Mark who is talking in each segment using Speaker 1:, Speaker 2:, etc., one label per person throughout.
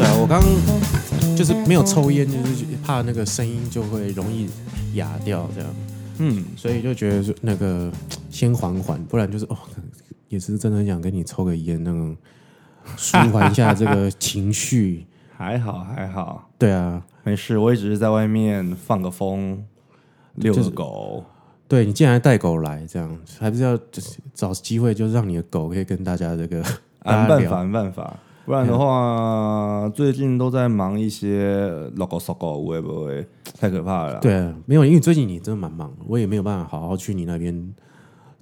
Speaker 1: 啊我刚就是没有抽烟，就是怕那个声音就会容易哑掉这样，
Speaker 2: 嗯，
Speaker 1: 所以就觉得说那个先缓缓，不然就是哦，也是真的很想跟你抽个烟那种，舒缓一下这个情绪。
Speaker 2: 还好还好，
Speaker 1: 对啊，
Speaker 2: 没事，我也只是在外面放个风，遛个狗。
Speaker 1: 对你竟然带狗来这样，还不是要就是找机会就让你的狗可以跟大家这个
Speaker 2: 啊，没
Speaker 1: 大家
Speaker 2: 办
Speaker 1: 聊
Speaker 2: 法，没办法，不然的话，最近都在忙一些 logo s o g o 会不会太可怕了？，
Speaker 1: 对，没有，因为最近你真的蛮忙，我也没有办法好好去你那边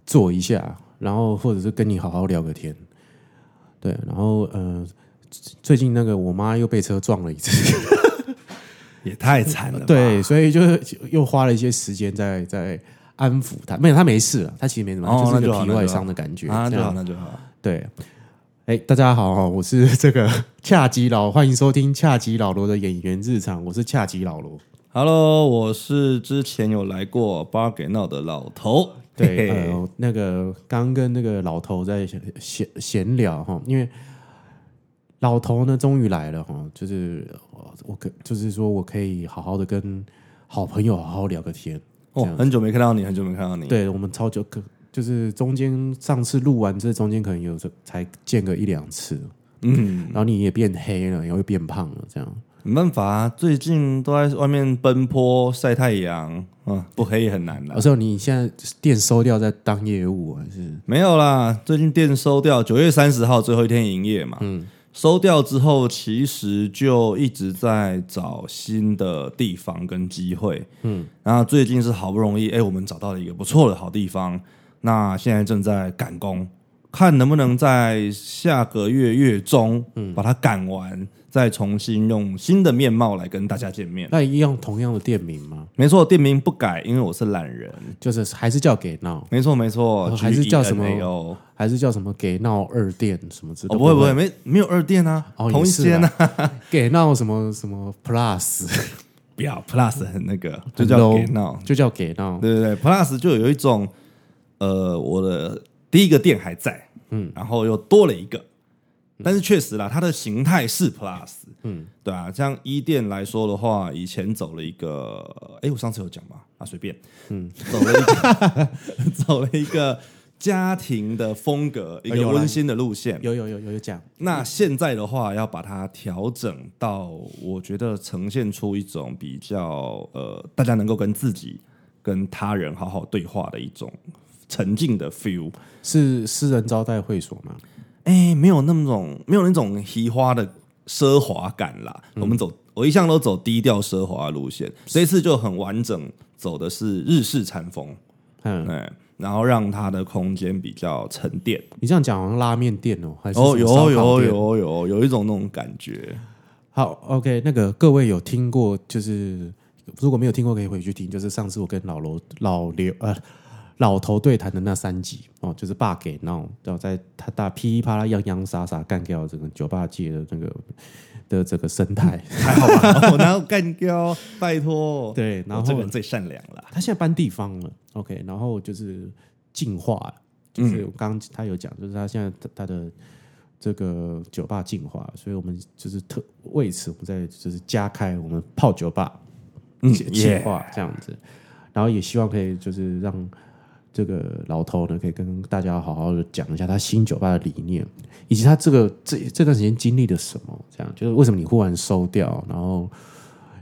Speaker 1: 坐一下，然后或者是跟你好好聊个天。对，然后呃，最最近那个我妈又被车撞了一次，
Speaker 2: 也太惨了吧。
Speaker 1: 对，所以就是又花了一些时间在在安抚她，没有，她没事了，她其实没怎么样，
Speaker 2: 哦
Speaker 1: 就是一
Speaker 2: 那就
Speaker 1: 个
Speaker 2: 好
Speaker 1: 皮
Speaker 2: 那就
Speaker 1: 外
Speaker 2: 好
Speaker 1: 伤的感觉
Speaker 2: 啊，那
Speaker 1: 这
Speaker 2: 就
Speaker 1: 样
Speaker 2: 好，那就好。
Speaker 1: 对，哎，大家好哦，我是这个 恰吉老，欢迎收听恰吉老罗的演员日常，我是恰吉老罗。
Speaker 2: Hello，我是之前有来过巴给闹的老头。
Speaker 1: 对，
Speaker 2: 嘿嘿
Speaker 1: 呃，那个刚跟那个老头在闲闲闲聊哈，因为老头呢终于来了哈，就是呃我可就是说我可以好好的跟好朋友好好聊个天。
Speaker 2: 哦，很久没看到你，很久没看到你。
Speaker 1: 对我们超久可就是中间上次录完这中间可能有这才见个一两次，
Speaker 2: 嗯，
Speaker 1: 然后你也变黑了，然后又变胖了，这样
Speaker 2: 没办法啊，最近都在外面奔波晒太阳，嗯，不黑也很难啦
Speaker 1: 而。且你现在店收掉在当业务还是？
Speaker 2: 没有啦，最近店收掉，九月三十号最后一天营业嘛。嗯，收掉之后，其实就一直在找新的地方跟机会。嗯，然后最近是好不容易，哎、我们找到了一个不错的好地方，那现在正在赶工，看能不能在下个月月中，嗯，把它赶完，再重新用新的面貌来跟大家见面。
Speaker 1: 那一样同样的店名吗？
Speaker 2: 没错，店名不改，因为我是懒人。
Speaker 1: 就是还是叫给闹。
Speaker 2: 没错，没错，E
Speaker 1: 哦还是叫什么
Speaker 2: GENAO
Speaker 1: 还是叫什么给闹二店什么之类
Speaker 2: 哦，
Speaker 1: 的？
Speaker 2: 不会不会，没没有二店啊，
Speaker 1: 哦
Speaker 2: 同一
Speaker 1: 也是啊
Speaker 2: 间啊，
Speaker 1: 给闹什么什么 Plus
Speaker 2: 不要 Plus 很那个， 就
Speaker 1: 很
Speaker 2: 叫
Speaker 1: low
Speaker 2: 给闹，
Speaker 1: 就叫给闹，
Speaker 2: 对对对，Plus 就有一种呃，我的第一个店还在，嗯，然后又多了一个，
Speaker 1: 嗯
Speaker 2: 但是确实啦，它的形态是 Plus，嗯，对啊，像一店来说的话，以前走了一个，哎，我上次有讲吗？啊，随便，嗯，走了一个， 走了一个家庭的风 格，一
Speaker 1: 哎
Speaker 2: 个
Speaker 1: 有啦
Speaker 2: 温馨的路线，
Speaker 1: 有有有有有讲，
Speaker 2: 那现在的话，要把它调整到，我觉得呈现出一种比较呃，大家能够跟自己、跟他人好好对话的一种沉静的 feel。
Speaker 1: 是私人招待会所吗？
Speaker 2: 哎、没有那种没有那种奇花的奢华感啦。
Speaker 1: 嗯
Speaker 2: 我们走，我一向都走低调奢华的路线，这一次就很完整，走的是日式禅风，
Speaker 1: 嗯，
Speaker 2: 哎、然后让它的空间比较沉淀。
Speaker 1: 你这样讲好像拉面店哦，还是
Speaker 2: 哦，
Speaker 1: 什么
Speaker 2: 有
Speaker 1: 烧
Speaker 2: 有
Speaker 1: 烤店。
Speaker 2: 有有有一种那种感觉。
Speaker 1: 好，OK，那个各位有听过，就是如果没有听过可以回去听，就是上次我跟老罗老刘呃老头对谈的那三集哦，就是爸给闹，然后在他大噼里啪啦洋洋洒洒干掉整个酒吧界的那个的这个生态。
Speaker 2: 还好吧，我哪有干掉？拜托，
Speaker 1: 对，
Speaker 2: 我
Speaker 1: 然后
Speaker 2: 哦这个人最善良了。
Speaker 1: 他现在搬地方了，OK，然后就是进化了，就是我刚刚他有讲，就是他现在他他的这个酒吧进化，所以我们就是特为此我们在就是加开我们泡酒吧
Speaker 2: 嗯
Speaker 1: 计计
Speaker 2: 耶
Speaker 1: 划这样子，然后也希望可以就是让这个老头呢可以跟大家好好的讲一下他新酒吧的理念，以及他这个这这段时间经历了什么，这样就是为什么你忽然收掉，然后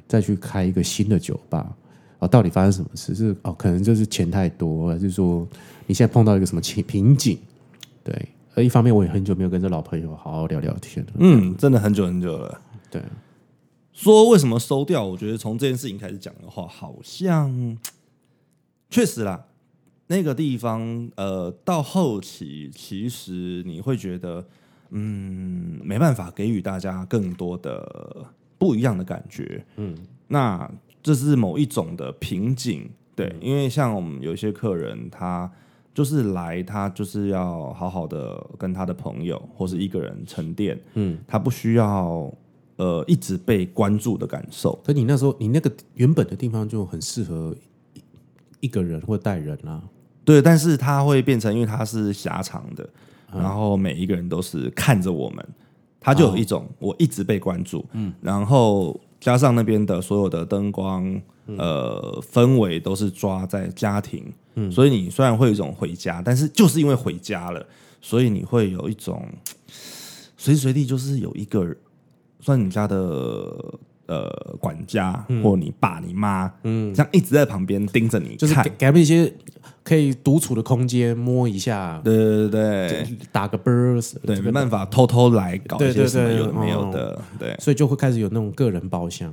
Speaker 1: 再去开一个新的酒吧。哦，到底发生什么事？是哦，可能就是钱太多，还是说你现在碰到一个什么情瓶颈？对，而一方面我也很久没有跟这老朋友好好聊聊天了。
Speaker 2: 嗯，真的很久很久了。
Speaker 1: 对，
Speaker 2: 说为什么收掉？我觉得从这件事情开始讲的话，好像确实啦，那个地方呃，到后期其实你会觉得，嗯，没办法给予大家更多的不一样的感觉。嗯，那这是某一种的瓶颈。对，因为像我们有一些客人，他就是来，他就是要好好的跟他的朋友或是一个人沉淀。嗯，他不需要呃一直被关注的感受。
Speaker 1: 可你那时候你那个原本的地方就很适合一一个人或带人啊啦、
Speaker 2: 对，但是它会变成，因为它是狭长的，然后每一个人都是看着我们，它就有一种我一直被关注，嗯，然后加上那边的所有的灯光，呃，氛围都是抓在家庭，嗯，所以你虽然会有一种回家，但是就是因为回家了，所以你会有一种随时随地就是有一个算你家的。呃，管家、或你爸、你妈，嗯，这样一直在旁边盯着你看，
Speaker 1: 就是给给他们一些可以独处的空间，摸一下，
Speaker 2: 对对对对，
Speaker 1: 打个啵儿，
Speaker 2: 对，没办法偷偷来搞一些
Speaker 1: 对对哦
Speaker 2: 什么
Speaker 1: 对
Speaker 2: 有的没有的，对，
Speaker 1: 所以就会开始有那种个人包厢。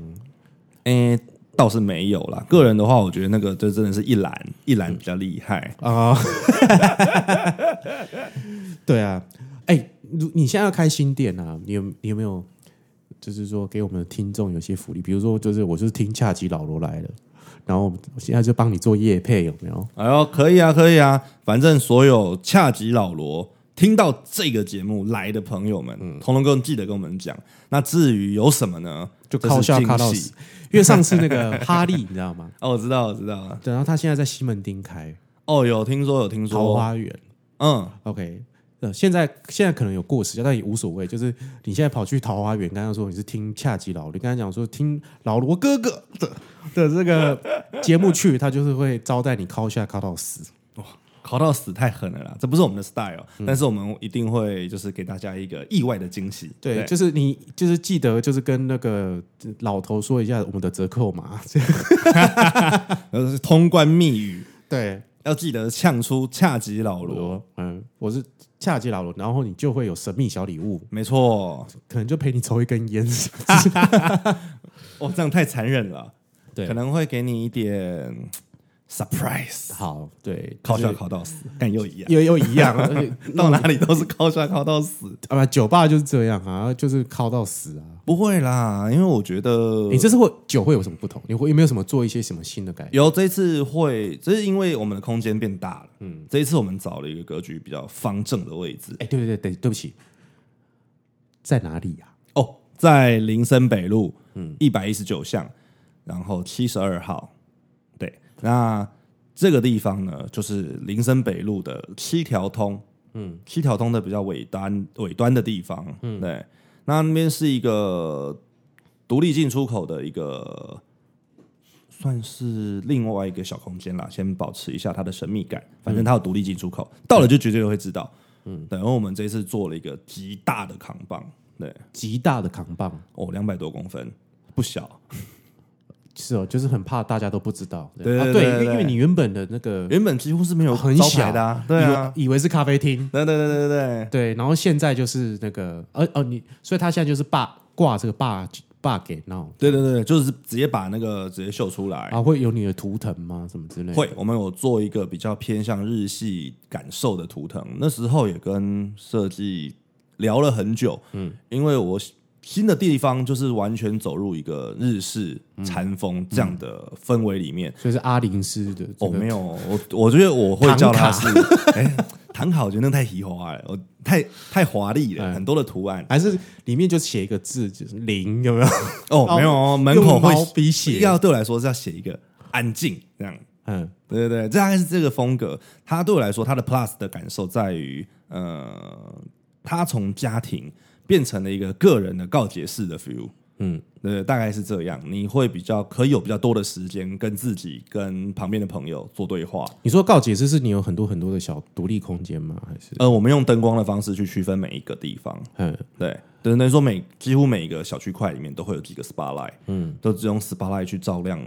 Speaker 2: 诶，倒是没有啦。个人的话，我觉得那个就真的是一栏一栏比较厉害。
Speaker 1: 啊、 对啊，哎、如你现在要开新店啊？你有你有没有就是说给我们的听众有些福利？比如说，就是我就是听恰吉老罗来了，然后我现在就帮你做夜配，有没有？
Speaker 2: 哎呦，可以啊，可以啊，反正所有恰吉老罗听到这个节目来的朋友们，
Speaker 1: 嗯
Speaker 2: 通通跟记得跟我们讲。那至于有什么呢？
Speaker 1: 就
Speaker 2: 这
Speaker 1: 靠
Speaker 2: 是
Speaker 1: 笑
Speaker 2: 惊
Speaker 1: 靠到
Speaker 2: 喜
Speaker 1: 死。因为上次那个哈利，你知道吗？
Speaker 2: 哦，我知道，我知道了。
Speaker 1: 对然后他现在在西门町开
Speaker 2: 哦，有听说，有听
Speaker 1: 桃
Speaker 2: 说。
Speaker 1: 花源
Speaker 2: 嗯，
Speaker 1: ，OK。呃，现在现在可能有过时，但也无所谓。就是你现在跑去桃花源，刚刚说你是听恰吉老罗，你刚才讲说听老罗哥哥的的这个 节目去，他就是会招待你靠下靠到死。
Speaker 2: 考到死太狠了啦，这不是我们的 style，、但
Speaker 1: 嗯
Speaker 2: 是我们一定会就是给大家一个意外的惊喜。
Speaker 1: 对，就是你就是记得就是跟那个老头说一下我们的折扣码。这样
Speaker 2: 呃，是通关密语，
Speaker 1: 对，
Speaker 2: 要记得呛出恰吉老
Speaker 1: 老
Speaker 2: 罗。
Speaker 1: 罗，嗯，我是恰吉老罗，然后你就会有神秘小礼物，
Speaker 2: 没错，
Speaker 1: 可能就陪你抽一根烟。
Speaker 2: 哦，这样太残忍了，
Speaker 1: 对
Speaker 2: 可能会给你一点 surprise，
Speaker 1: 好，对，
Speaker 2: 靠
Speaker 1: 就
Speaker 2: 笑
Speaker 1: 是
Speaker 2: 靠到死，但又一样，
Speaker 1: 又又一样，而且
Speaker 2: 到哪里都是靠笑靠到死。
Speaker 1: 啊，酒吧就是这样啊，就是靠到死啊。
Speaker 2: 不会啦，因为我觉得
Speaker 1: 你这次会酒会有什么不同？你会有没有什么做一些什么新的改变？
Speaker 2: 有这一次会，这是因为我们的空间变大了，嗯，这一次我们找了一个格局比较方正的位置，
Speaker 1: 哎、对对对，对，对不起，在哪里啊呀、
Speaker 2: 哦，在林森北路，嗯，一百一十九巷，然后七十二号。对，那这个地方呢，就是林森北路的七条通，嗯，七条通的比较尾端尾端的地方，嗯，对，那那边是一个独立进出口的一个。算是另外一个小空间啦，先保持一下它的神秘感。反正它有独立进出口，到了就绝对会知道。嗯，等于我们这次做了一个极大的扛棒，对，
Speaker 1: 极大的扛棒
Speaker 2: 哦，两百多公分，不小。
Speaker 1: 是哦，就是很怕大家都不知道。
Speaker 2: 对
Speaker 1: 啊
Speaker 2: 对
Speaker 1: 对
Speaker 2: 对
Speaker 1: 因为
Speaker 2: 对
Speaker 1: 因为你原本的那个
Speaker 2: 原本几乎是没有
Speaker 1: 很
Speaker 2: 招
Speaker 1: 小
Speaker 2: 牌的、啊，对啊，
Speaker 1: 以为以为是咖啡厅，
Speaker 2: 对对对对对
Speaker 1: 对，然后现在就是那个，呃哦、你，所以他现在就是霸挂这个霸霸给闹
Speaker 2: 对对对对，就是直接把那个直接秀出来。
Speaker 1: 啊，会有你的图腾吗？什么之类的？
Speaker 2: 会，我们有做一个比较偏向日系感受的图腾，那时候也跟设计聊了很久，嗯，因为我新的地方就是完全走入一个日式
Speaker 1: 嗯
Speaker 2: 禅风这样的氛围里面，
Speaker 1: 所以是阿林斯的、这
Speaker 2: 哦，
Speaker 1: 个
Speaker 2: 没有，我我觉得我会叫它
Speaker 1: 唐卡
Speaker 2: 是，哎、唐卡，我觉得那太奇花了，我太太华丽
Speaker 1: 哎
Speaker 2: 了，很多的图案。
Speaker 1: 还是里面就写一个字，就是零，有没 有？
Speaker 2: 哦，没有哦，门口
Speaker 1: 用
Speaker 2: 会
Speaker 1: 毛笔写
Speaker 2: 要对我来说是要写一个安静这样。
Speaker 1: 嗯，
Speaker 2: 对对对，这大概是这个风格。它对我来说，它的 plus 的感受在于，呃，它从家庭变成了一个个人的告解式的 feel。嗯，对，大概是这样。你会比较可以有比较多的时间跟自己、跟旁边的朋友做对话。
Speaker 1: 你说告解释是你有很多很多的小独立空间吗？还是
Speaker 2: 呃，我们用灯光的方式去区分每一个地方。
Speaker 1: 嗯，
Speaker 2: 对，等于说每几乎每一个小区块里面都会有几个 spotlight，嗯，都只用 spotlight 去照亮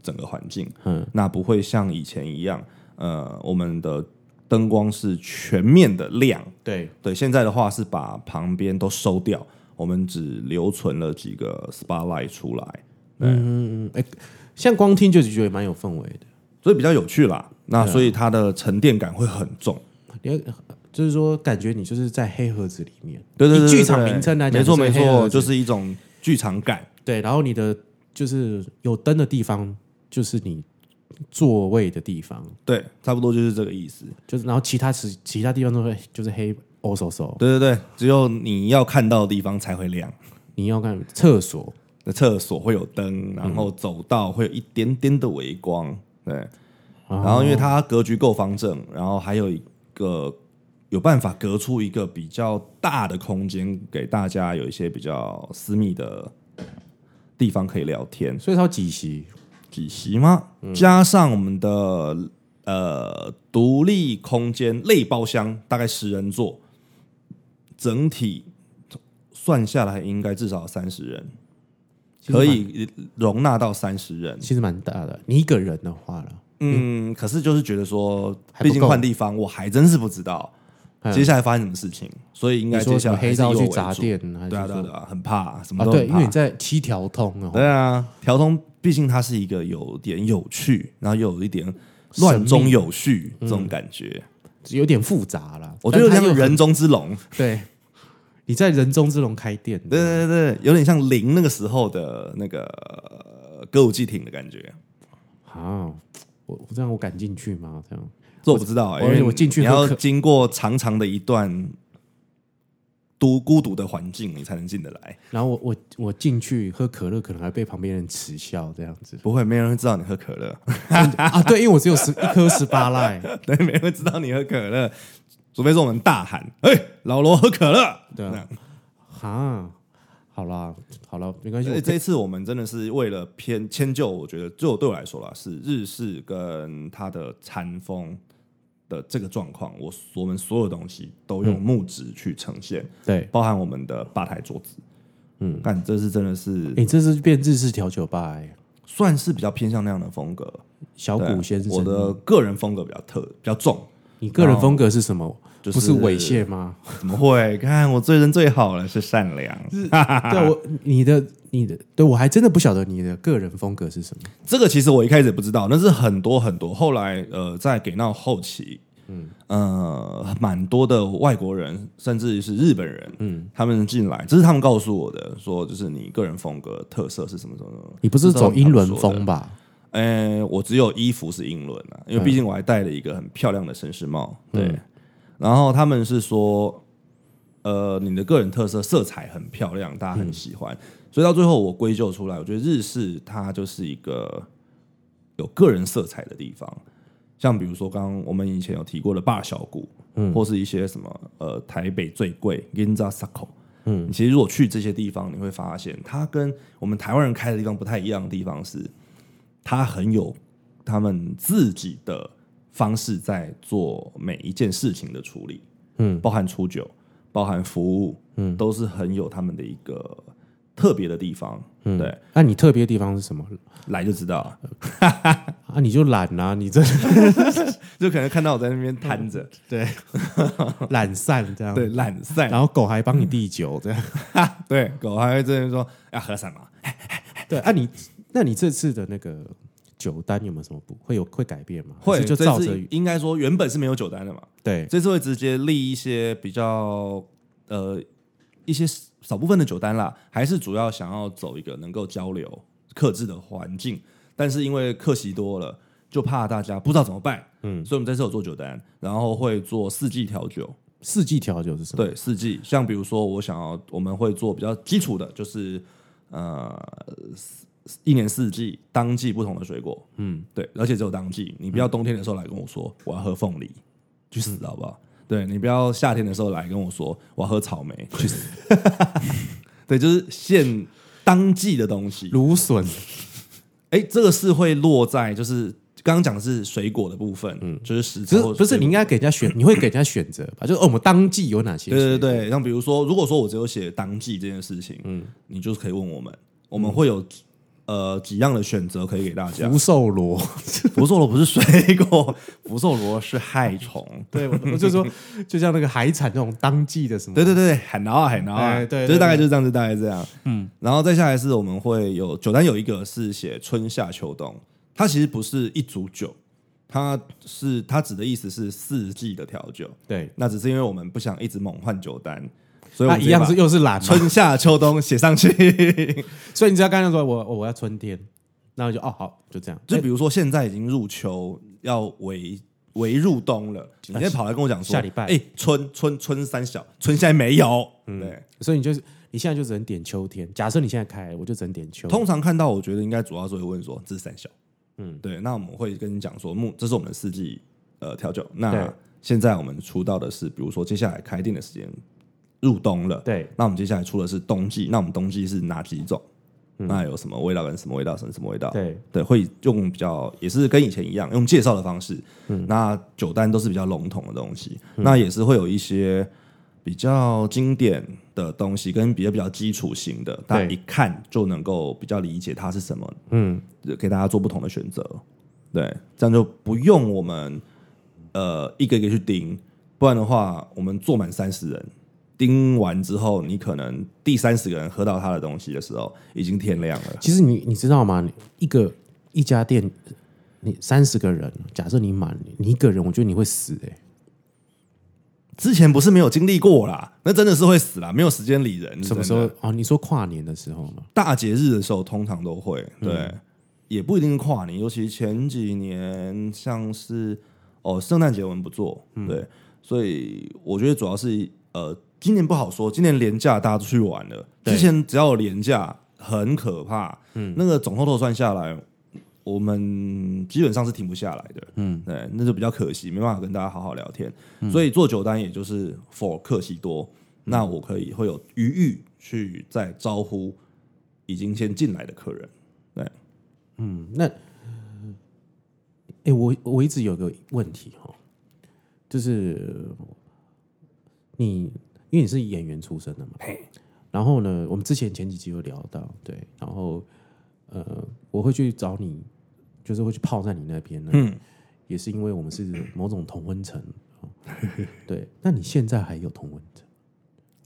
Speaker 2: 整个环境，嗯，那不会像以前一样，呃，我们的灯光是全面的亮，
Speaker 1: 对，
Speaker 2: 对，现在的话是把旁边都收掉，我们只留存了几个 spotlight 出来，
Speaker 1: 像光听就觉得蛮有氛围的。
Speaker 2: 所以比较有趣啦。那
Speaker 1: 啊
Speaker 2: 所以它的沉淀感会很重，
Speaker 1: 你要就是说，感觉你就是在黑盒子里面，
Speaker 2: 对对对
Speaker 1: 以
Speaker 2: 对
Speaker 1: 剧场
Speaker 2: 对
Speaker 1: 名称来
Speaker 2: 没
Speaker 1: 讲，
Speaker 2: 错
Speaker 1: 就是
Speaker 2: 没
Speaker 1: 黑盒
Speaker 2: 错，
Speaker 1: 子
Speaker 2: 就是一种剧场感。
Speaker 1: 对。然后你的就是有灯的地方，就是你座位的地方，
Speaker 2: 对，差不多就是这个意思。
Speaker 1: 就是然后其他其其他地方都会就是黑哦嗖嗖。
Speaker 2: 对对对，只有你要看到的地方才会亮。
Speaker 1: 你要看厕所，
Speaker 2: 那厕所会有灯，然后走道会有一点点的微光，对。然后因为它格局够方正，然后还有一个有办法隔出一个比较大的空间，给大家有一些比较私密的地方可以聊天。
Speaker 1: 所以它有几席？
Speaker 2: 几席吗？
Speaker 1: 嗯
Speaker 2: 加上我们的呃独立空间类包厢，大概十人座，整体算下来应该至少三十人，
Speaker 1: 其实
Speaker 2: 可
Speaker 1: 蛮
Speaker 2: 以容纳到三十人。
Speaker 1: 其实蛮大的。你一个人的话了，
Speaker 2: 嗯，可是就是觉得说，
Speaker 1: 还不
Speaker 2: 毕竟
Speaker 1: 够
Speaker 2: 换地方，我还真是不知道
Speaker 1: 嗯
Speaker 2: 接下来发生什么事情，所以应该
Speaker 1: 你说
Speaker 2: 接
Speaker 1: 什
Speaker 2: 下
Speaker 1: 么
Speaker 2: 来
Speaker 1: 黑道去砸
Speaker 2: 店，
Speaker 1: 店，还是
Speaker 2: 对啊对啊
Speaker 1: 说
Speaker 2: 对啊，很怕，什么
Speaker 1: 啊
Speaker 2: 都
Speaker 1: 对，
Speaker 2: 很
Speaker 1: 因为你
Speaker 2: 怕。
Speaker 1: 在七条通哦，
Speaker 2: 对啊，调通毕竟它是一个有点有趣，然后又有一点乱中有序这种感觉，
Speaker 1: 有点复杂啦。
Speaker 2: 我觉得有点
Speaker 1: 但它
Speaker 2: 像
Speaker 1: 又
Speaker 2: 人中之龙，
Speaker 1: 对，你在人中之龙开店，
Speaker 2: 对对对，对有点像零那个时候的那个呃歌舞伎町的感觉。
Speaker 1: 啊，我我这样我敢进去吗？这样
Speaker 2: 这我不知道、欸
Speaker 1: 我
Speaker 2: 因为
Speaker 1: 我进去
Speaker 2: 你
Speaker 1: 会
Speaker 2: 要
Speaker 1: 可
Speaker 2: 经过长长的一段独孤独的环境，你才能进得来。
Speaker 1: 然后我我我进去喝可乐，可能还被旁边人耻笑这样子
Speaker 2: 不会，没人会知道你喝可乐，
Speaker 1: 啊。对，因为我只有十一颗十八赖，
Speaker 2: 对，没人会知道你喝可乐，除非是我们大喊：“哎、老罗喝可乐！”
Speaker 1: 对啊，哈，好啦好啦，没关系，
Speaker 2: 所以呃
Speaker 1: 我
Speaker 2: 这一次我们真的是为了偏迁就，我觉得就对我来说啦，是日式跟它的禅风的这个状况，我我们所有东西都用木质去呈现，
Speaker 1: 对，
Speaker 2: 包含我们的吧台桌子。嗯，但这是真的是
Speaker 1: 你、这是变日式调酒吧、欸，
Speaker 2: 算是比较偏向那样的风格。
Speaker 1: 小
Speaker 2: 对啊
Speaker 1: 谷先生，
Speaker 2: 我的个人风格比较特比较重，
Speaker 1: 你个人风格是什么？
Speaker 2: 就是
Speaker 1: 不是猥 亵吗？
Speaker 2: 怎么会？看我最人最好了是善良，
Speaker 1: 对我，你的你的，对我还真的不晓得你的个人风格是什么。
Speaker 2: 这个其实我一开始也不知道，那是很多很多。后来呃，在给闹后期，嗯呃，蛮多的外国人，甚至是日本人，嗯，他们进来，这是他们告诉我的，说就是你个人风格特色是什么什么什么。
Speaker 1: 你不是走英伦
Speaker 2: 这是他们
Speaker 1: 风吧？
Speaker 2: 说的？呃，我只有衣服是英伦啊，因为毕竟我还戴了一个很漂亮的绅士帽。对，然后他们是说，呃，你的个人特色色彩很漂亮，大家很喜欢，所以到最后我归咎出来，我觉得日式它就是一个有个人色彩的地方。像比如说，刚刚我们以前有提过的霸小谷，嗯，或是一些什么呃台北最贵 Ginza Sako，嗯，其实如果去这些地方，你会发现它跟我们台湾人开的地方不太一样的地方是，它很有他们自己的方式在做每一件事情的处理，嗯，包含出酒，包含服务，嗯，都是很有他们的一个特别的地方，嗯，对，
Speaker 1: 那、你特别的地方是什么？
Speaker 2: 来就知道了，
Speaker 1: 啊，你就懒 啦、你这
Speaker 2: 就可能看到我在那边摊着，
Speaker 1: 懒散这样，
Speaker 2: 对，懒散，
Speaker 1: 嗯然后狗还帮你递酒这样。
Speaker 2: 对，狗还会这边说要喝什么，嗯
Speaker 1: 对，啊你，那你这次的那个酒单有没有什么不会有会改变吗？还
Speaker 2: 会
Speaker 1: 是就
Speaker 2: 这
Speaker 1: 照
Speaker 2: 次
Speaker 1: 着
Speaker 2: 应该说原本是没有酒单的嘛，
Speaker 1: 对
Speaker 2: 这次会直接立一些比较呃一些少部分的酒单啦，还是主要想要走一个能够交流、克制的环境。但是因为客席多了，就怕大家不知道怎么办，嗯，所以我们这次有做酒单，然后会做四季调酒，
Speaker 1: 四季调酒是什么？
Speaker 2: 对，四季，像比如说我想要，我们会做比较基础的，就是呃，四一年四季当季不同的水果，嗯，对，而且只有当季，你不要冬天的时候来跟我说我要喝凤梨，去死好不好？对你不要夏天的时候来跟我说我要喝草莓，去死。 对，就是现当季的东西，
Speaker 1: 芦笋
Speaker 2: 哎，这个是会落在就是刚刚讲的是水果的部分，嗯，就是食
Speaker 1: 不
Speaker 2: 材
Speaker 1: 是
Speaker 2: 或
Speaker 1: 不是，
Speaker 2: 水果
Speaker 1: 你应该给人家选，你会给人家选择吧？就是、哦、我们当季有哪些？
Speaker 2: 对对，对，像比如说，如果说我只有写当季这件事情，嗯，你就是可以问我们，我们会有、呃几样的选择可以给大家。
Speaker 1: 福寿螺。
Speaker 2: 福寿螺不是水果，福寿螺是害虫。
Speaker 1: 对， 我我就说，就像那个海产那种当季的什 么，
Speaker 2: 对对对，海挠啊海挠啊，
Speaker 1: 哎对
Speaker 2: 就是
Speaker 1: 对
Speaker 2: 大概
Speaker 1: 对
Speaker 2: 就是这样，就大概这样。嗯，然后再下来是我们会有酒单有一个是写春夏秋冬，它其实不是一组酒，它是它指的意思是四季的调酒。
Speaker 1: 对，
Speaker 2: 那只是因为我们不想一直猛换酒单，所以我
Speaker 1: 那
Speaker 2: 们
Speaker 1: 一
Speaker 2: 直接
Speaker 1: 样
Speaker 2: 把
Speaker 1: 是又是懒嘛，
Speaker 2: 春夏秋冬写上去。
Speaker 1: 所以你只要刚才说我哦我我要春天，那我就哦好就这样，
Speaker 2: 就比如说现在已经入秋，要围围入冬了，你现在跑来跟我讲说
Speaker 1: 下礼拜嗯
Speaker 2: 哎、春春春三小，春现在没有，对。
Speaker 1: 所以你就是你现在就只能点秋天。假设你现在开，我就只能点秋。
Speaker 2: 通常看到，我觉得应该主要是会问说这是三小，嗯，对。那我们会跟你讲说，目这是我们的四季呃调酒，那
Speaker 1: 对
Speaker 2: 现在我们出到的是，比如说接下来开店的时间入冬了，
Speaker 1: 对，
Speaker 2: 那我们接下来出的是冬季，那我们冬季是哪几种？
Speaker 1: 嗯
Speaker 2: 那有什么味道跟什么味道，什么什么味道？
Speaker 1: 对，
Speaker 2: 对，会用比较也是跟以前一样，用介绍的方式。嗯，那酒单都是比较笼统的东西，
Speaker 1: 嗯
Speaker 2: 那也是会有一些比较经典的东西，跟比较比较基础型的，大家
Speaker 1: 对
Speaker 2: 一看就能够比较理解它是什么，
Speaker 1: 嗯，
Speaker 2: 给大家做不同的选择。对，这样就不用我们呃一个一个去盯，不然的话，我们坐满三十人。盯完之后，你可能第三十个人喝到他的东西的时候，已经天亮了。
Speaker 1: 其实你你知道吗？你一个一家店，你三十个人，假设你满，你一个人，我觉得你会死哎、
Speaker 2: 之前不是没有经历过啦，那真的是会死啦，没有时间理人。
Speaker 1: 什么时候
Speaker 2: 真的？
Speaker 1: 哦？你说跨年的时候吗？
Speaker 2: 大节日的时候通常都会，对，也不一定是跨年，尤其前几年像是哦圣诞节我们不做，对，所以我觉得主要是呃今年不好说，今年廉价大家都去玩了，
Speaker 1: 对
Speaker 2: 之前只要有廉价很可怕，嗯，那个总后头算下来。我们基本上是停不下来的，嗯，对，那就比较可惜，没办法跟大家好好聊天。所以做酒单也就是 for 客席多，那我可以会有余裕去再招呼已经先进来的客人。
Speaker 1: 嗯，那，哎、我我一直有个问题哈，就是你因为你是演员出身的嘛，然后呢，我们之前前几集有聊到，对，然后呃，我会去找你，就是会去泡在你那边呢，
Speaker 2: 嗯，
Speaker 1: 也是因为我们是某种同温层，哦 对，那你现在还有同温层，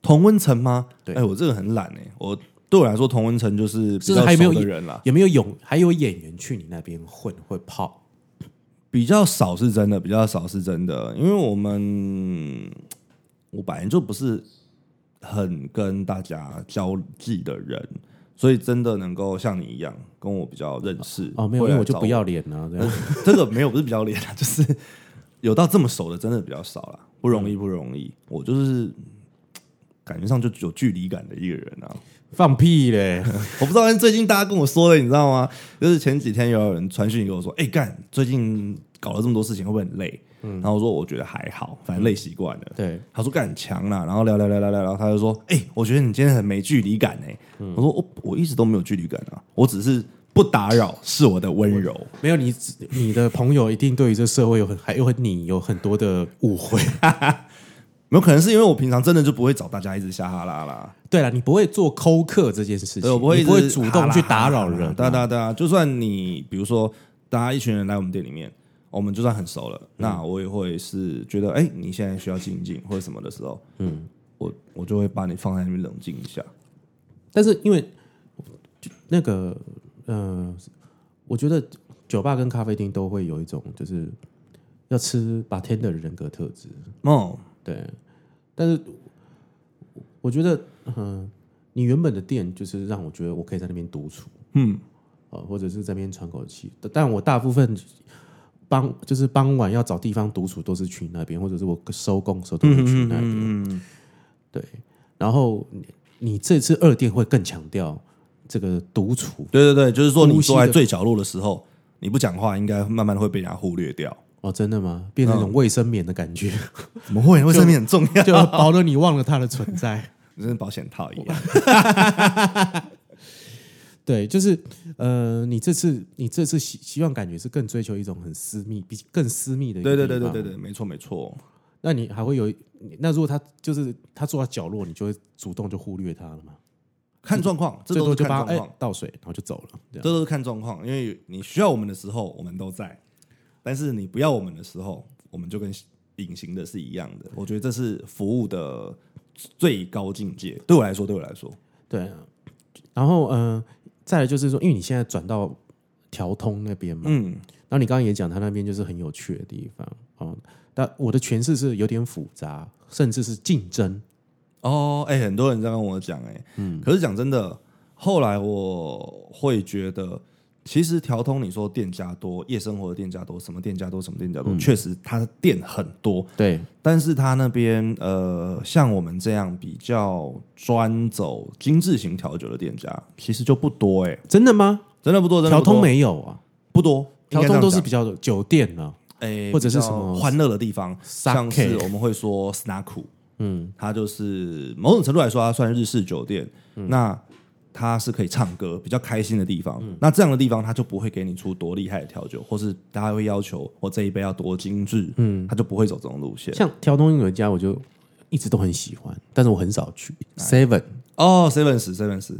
Speaker 2: 同温层吗？
Speaker 1: 对
Speaker 2: 哎、我这个很懒哎、我对我来说同温层就是比
Speaker 1: 是
Speaker 2: 较
Speaker 1: 还没有
Speaker 2: 熟的
Speaker 1: 演
Speaker 2: 人啦，
Speaker 1: 有没有有还有演员去你那边混会泡？
Speaker 2: 比较少是真的，比较少是真的，因为我们我本来就不是很跟大家交际的人。所以真的能够像你一样跟我比较认识
Speaker 1: 哦，没有，
Speaker 2: 会
Speaker 1: 因
Speaker 2: 来
Speaker 1: 为我就
Speaker 2: 找
Speaker 1: 不要脸啊了、这样。
Speaker 2: 这个没有不是比较脸啊， 就是有到这么熟的真的比较少啦，不容易不容易。我就是嗯感觉上就有距离感的一个人啊，
Speaker 1: 放屁嘞！
Speaker 2: 我不知道但是最近大家跟我说了，你知道吗？就是前几天有人传讯给我说，哎、干，最近搞了这么多事情会不会很累？然后我说我觉得还好，反正累习惯了。
Speaker 1: 对，
Speaker 2: 他说干很强啦，然后聊聊聊聊聊，然后他就说：“哎、我觉得你今天很没距离感哎、我说：“我我一直都没有距离感啊，我只是不打扰是我的温柔。”
Speaker 1: 没有你，你的朋友一定对于这社会有很还有你有很多的误会。
Speaker 2: 没有可能是因为我平常真的就不会找大家一直瞎哈拉啦，
Speaker 1: 对了，你不会做抠客这件事
Speaker 2: 对
Speaker 1: 情，
Speaker 2: 我不会
Speaker 1: 你
Speaker 2: 一直
Speaker 1: 不会主动去打扰
Speaker 2: 哈拉哈拉哈拉
Speaker 1: 人。
Speaker 2: 对啊对啊对啊，就算你比如说大家一群人来我们店里面，我们就算很熟了，那我也会是觉得哎、你现在需要静一静或者什么的时候，嗯，我我就会把你放在那边冷静一下。
Speaker 1: 但是因为就那个，呃，我觉得酒吧跟咖啡厅都会有一种就是要吃 bartender 的人格特质。
Speaker 2: 哦，
Speaker 1: 对，但是我觉得，嗯、你原本的店就是让我觉得我可以在那边独处，
Speaker 2: 嗯，
Speaker 1: 呃，或者是在那边喘口气。但但我大部分傍就是傍晚要找地方独处，都是去那边，或者是我收工的时候都会去那边。对，然后你你这次二店会更强调这个独处
Speaker 2: 对对对，就是说你
Speaker 1: 呼吸
Speaker 2: 坐
Speaker 1: 的
Speaker 2: 在最角落的时候，你不讲话，应该慢慢会被人家忽略掉。
Speaker 1: 哦，真的吗？变成一种卫生棉的感觉，
Speaker 2: 怎么会？卫生棉很重 要，
Speaker 1: 就保了你忘了它的存在。
Speaker 2: 就跟保险套一样。
Speaker 1: 对，就是呃，你这次你这次希希望感觉是更追求一种很私密、比更私密的一
Speaker 2: 对
Speaker 1: 个
Speaker 2: 对对
Speaker 1: 地
Speaker 2: 对
Speaker 1: 方
Speaker 2: 对对，没错没错。
Speaker 1: 那你还会有那如果他就是他坐到角落，你就会主动就忽略他了嘛？
Speaker 2: 看状况，这
Speaker 1: 最
Speaker 2: 都
Speaker 1: 多
Speaker 2: 是
Speaker 1: 就
Speaker 2: 看状
Speaker 1: 帮他哎、
Speaker 2: 况。
Speaker 1: 倒水，然后就走了。这样
Speaker 2: 这都是看状况，因为你需要我们的时候，我们都在；但是你不要我们的时候，我们就跟隐形的是一样的。我觉得这是服务的最高境界。对我来说，对我来说，
Speaker 1: 对啊，然后嗯、呃，再来就是说，因为你现在转到调通那边嘛，
Speaker 2: 嗯，
Speaker 1: 然后你刚刚也讲他那边就是很有趣的地方哦。但我的诠释是有点复杂，甚至是竞争。
Speaker 2: 哦，哎、很多人在跟我讲、哎，嗯，可是讲真的，后来我会觉得，其实调通，你说店家多，夜生活的店家多，什么店家多，什么店家多，确、实它的店很多，
Speaker 1: 对，
Speaker 2: 但是他那边呃，像我们这样比较专走精致型调酒的店家，其实就不多哎、
Speaker 1: 真的吗？
Speaker 2: 真的不多，真的
Speaker 1: 调
Speaker 2: 不多
Speaker 1: 通没有啊，
Speaker 2: 不多，应
Speaker 1: 调
Speaker 2: 该这
Speaker 1: 通
Speaker 2: 样
Speaker 1: 都是
Speaker 2: 讲
Speaker 1: 比较酒店呢、啊
Speaker 2: 诶、
Speaker 1: 或者是
Speaker 2: 比较
Speaker 1: 什么
Speaker 2: 欢乐的地方，
Speaker 1: sake
Speaker 2: 像是我们会说 snack，
Speaker 1: 嗯，
Speaker 2: 它就是某种程度来说，它算日式酒店。
Speaker 1: 嗯
Speaker 2: 那它是可以唱歌，比较开心的地方。
Speaker 1: 嗯
Speaker 2: 那这样的地方，它就不会给你出多厉害的调酒，或是大家会要求我这一杯要多精致，嗯，它就不会走这种路线。
Speaker 1: 像挑东有人家，我就一直都很喜欢，但是我很少去 Seven
Speaker 2: 哦，seven 十 seven 十，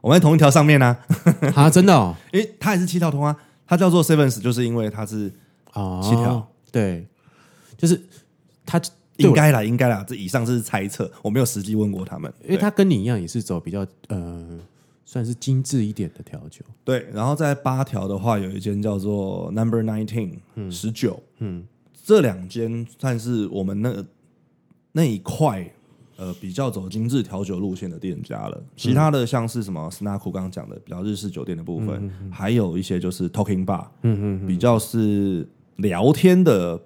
Speaker 2: 我们在同一条上面呢、啊，
Speaker 1: 啊，真的哦，
Speaker 2: 因为它也是七条通啊，它叫做 seven 十，就是因为它是
Speaker 1: 哦，
Speaker 2: 七条
Speaker 1: 对，就是他对
Speaker 2: 应
Speaker 1: 我，
Speaker 2: 该啦，应该啦，这以上是猜测，我没有实际问过他们，
Speaker 1: 因为
Speaker 2: 对
Speaker 1: 他跟你一样也是走比较呃，算是精致一点的调酒，
Speaker 2: 对，然后在八条的话，有一间叫做 Number Nineteen，十九，嗯，这两间算是我们那那一块呃比较走精致调酒路线的店家了。其他的像是什么 Snack 刚刚讲的比较日式酒店的部分，还有一些就是 Talking Bar，嗯嗯，比较是聊天的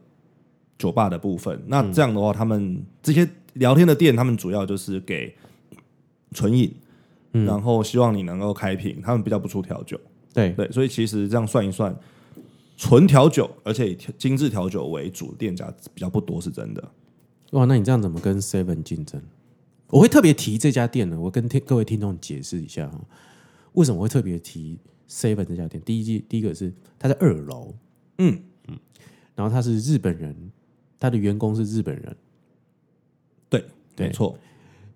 Speaker 2: 酒吧的部分。那这样的话，他们这些聊天的店，他们主要就是给纯饮。然后希望你能够开瓶，他们比较不出调酒，
Speaker 1: 对，
Speaker 2: 对，所以其实这样算一算，纯调酒，而且以调精致调酒为主，店家比较不多，是真的。
Speaker 1: 哇，那你这样怎么跟 Seven 竞争？我会特别提这家店呢，我跟听各位听众解释一下哈，为什么我会特别提 Seven 这家店？第一季第一个是它在二楼，
Speaker 2: 嗯，
Speaker 1: 然后他是日本人，他的员工是日本人，
Speaker 2: 对，
Speaker 1: 对
Speaker 2: 没错，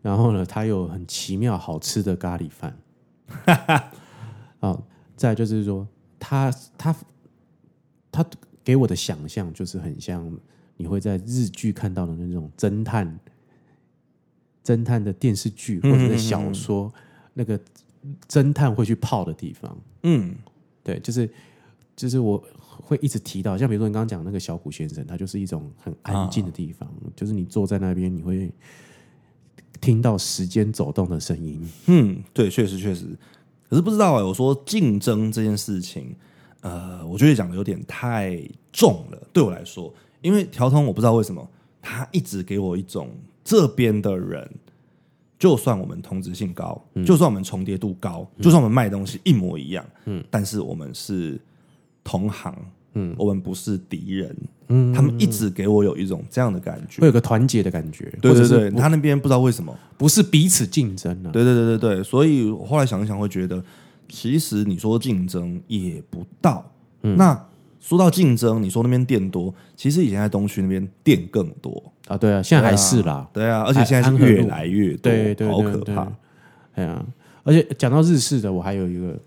Speaker 1: 然后呢，它有很奇妙好吃的咖 喱饭。好，再来就是说，它它它给我的想象就是很像你会在日剧看到的那种侦探侦探的电视剧或
Speaker 2: 嗯
Speaker 1: 者是小说，那个侦探会去泡的地方。
Speaker 2: 嗯，
Speaker 1: 对，就是就是我会一直提到，像比如说你刚刚讲那个小谷先生，他就是一种很
Speaker 2: 啊
Speaker 1: 安静的地方，就是你坐在那边，你会听到时间走动的声音。
Speaker 2: 嗯，对，确实确实。可是不知道哎、我说竞争这件事情，呃，我觉得讲的有点太重了，对我来说，因为调通我不知道为什么他一直给我一种这边的人，就算我们同质性高，就算我们重叠度高，就算我们卖东西一模一样，嗯，但是我们是同行，嗯，我们不是敌人，嗯，他们一直给我有一种这样的感觉
Speaker 1: 会。有个团结的感觉，
Speaker 2: 对
Speaker 1: 或者
Speaker 2: 对
Speaker 1: 是
Speaker 2: 对，他那边不知道为什么，
Speaker 1: 不是彼此竞争啊。
Speaker 2: 对对对对对，所以我后来想一想，会觉得其实你说竞争也不到。
Speaker 1: 嗯
Speaker 2: 那说到竞争，你说那边店多，其实以前在东区那边店更多，
Speaker 1: 啊，对啊，现在还是啦，
Speaker 2: 对啊，而且现在
Speaker 1: 安
Speaker 2: 是
Speaker 1: 和路
Speaker 2: 越来越多，
Speaker 1: 对对
Speaker 2: 好
Speaker 1: 对
Speaker 2: 可怕。
Speaker 1: 对哎呀、而且讲到日式的，我还有一个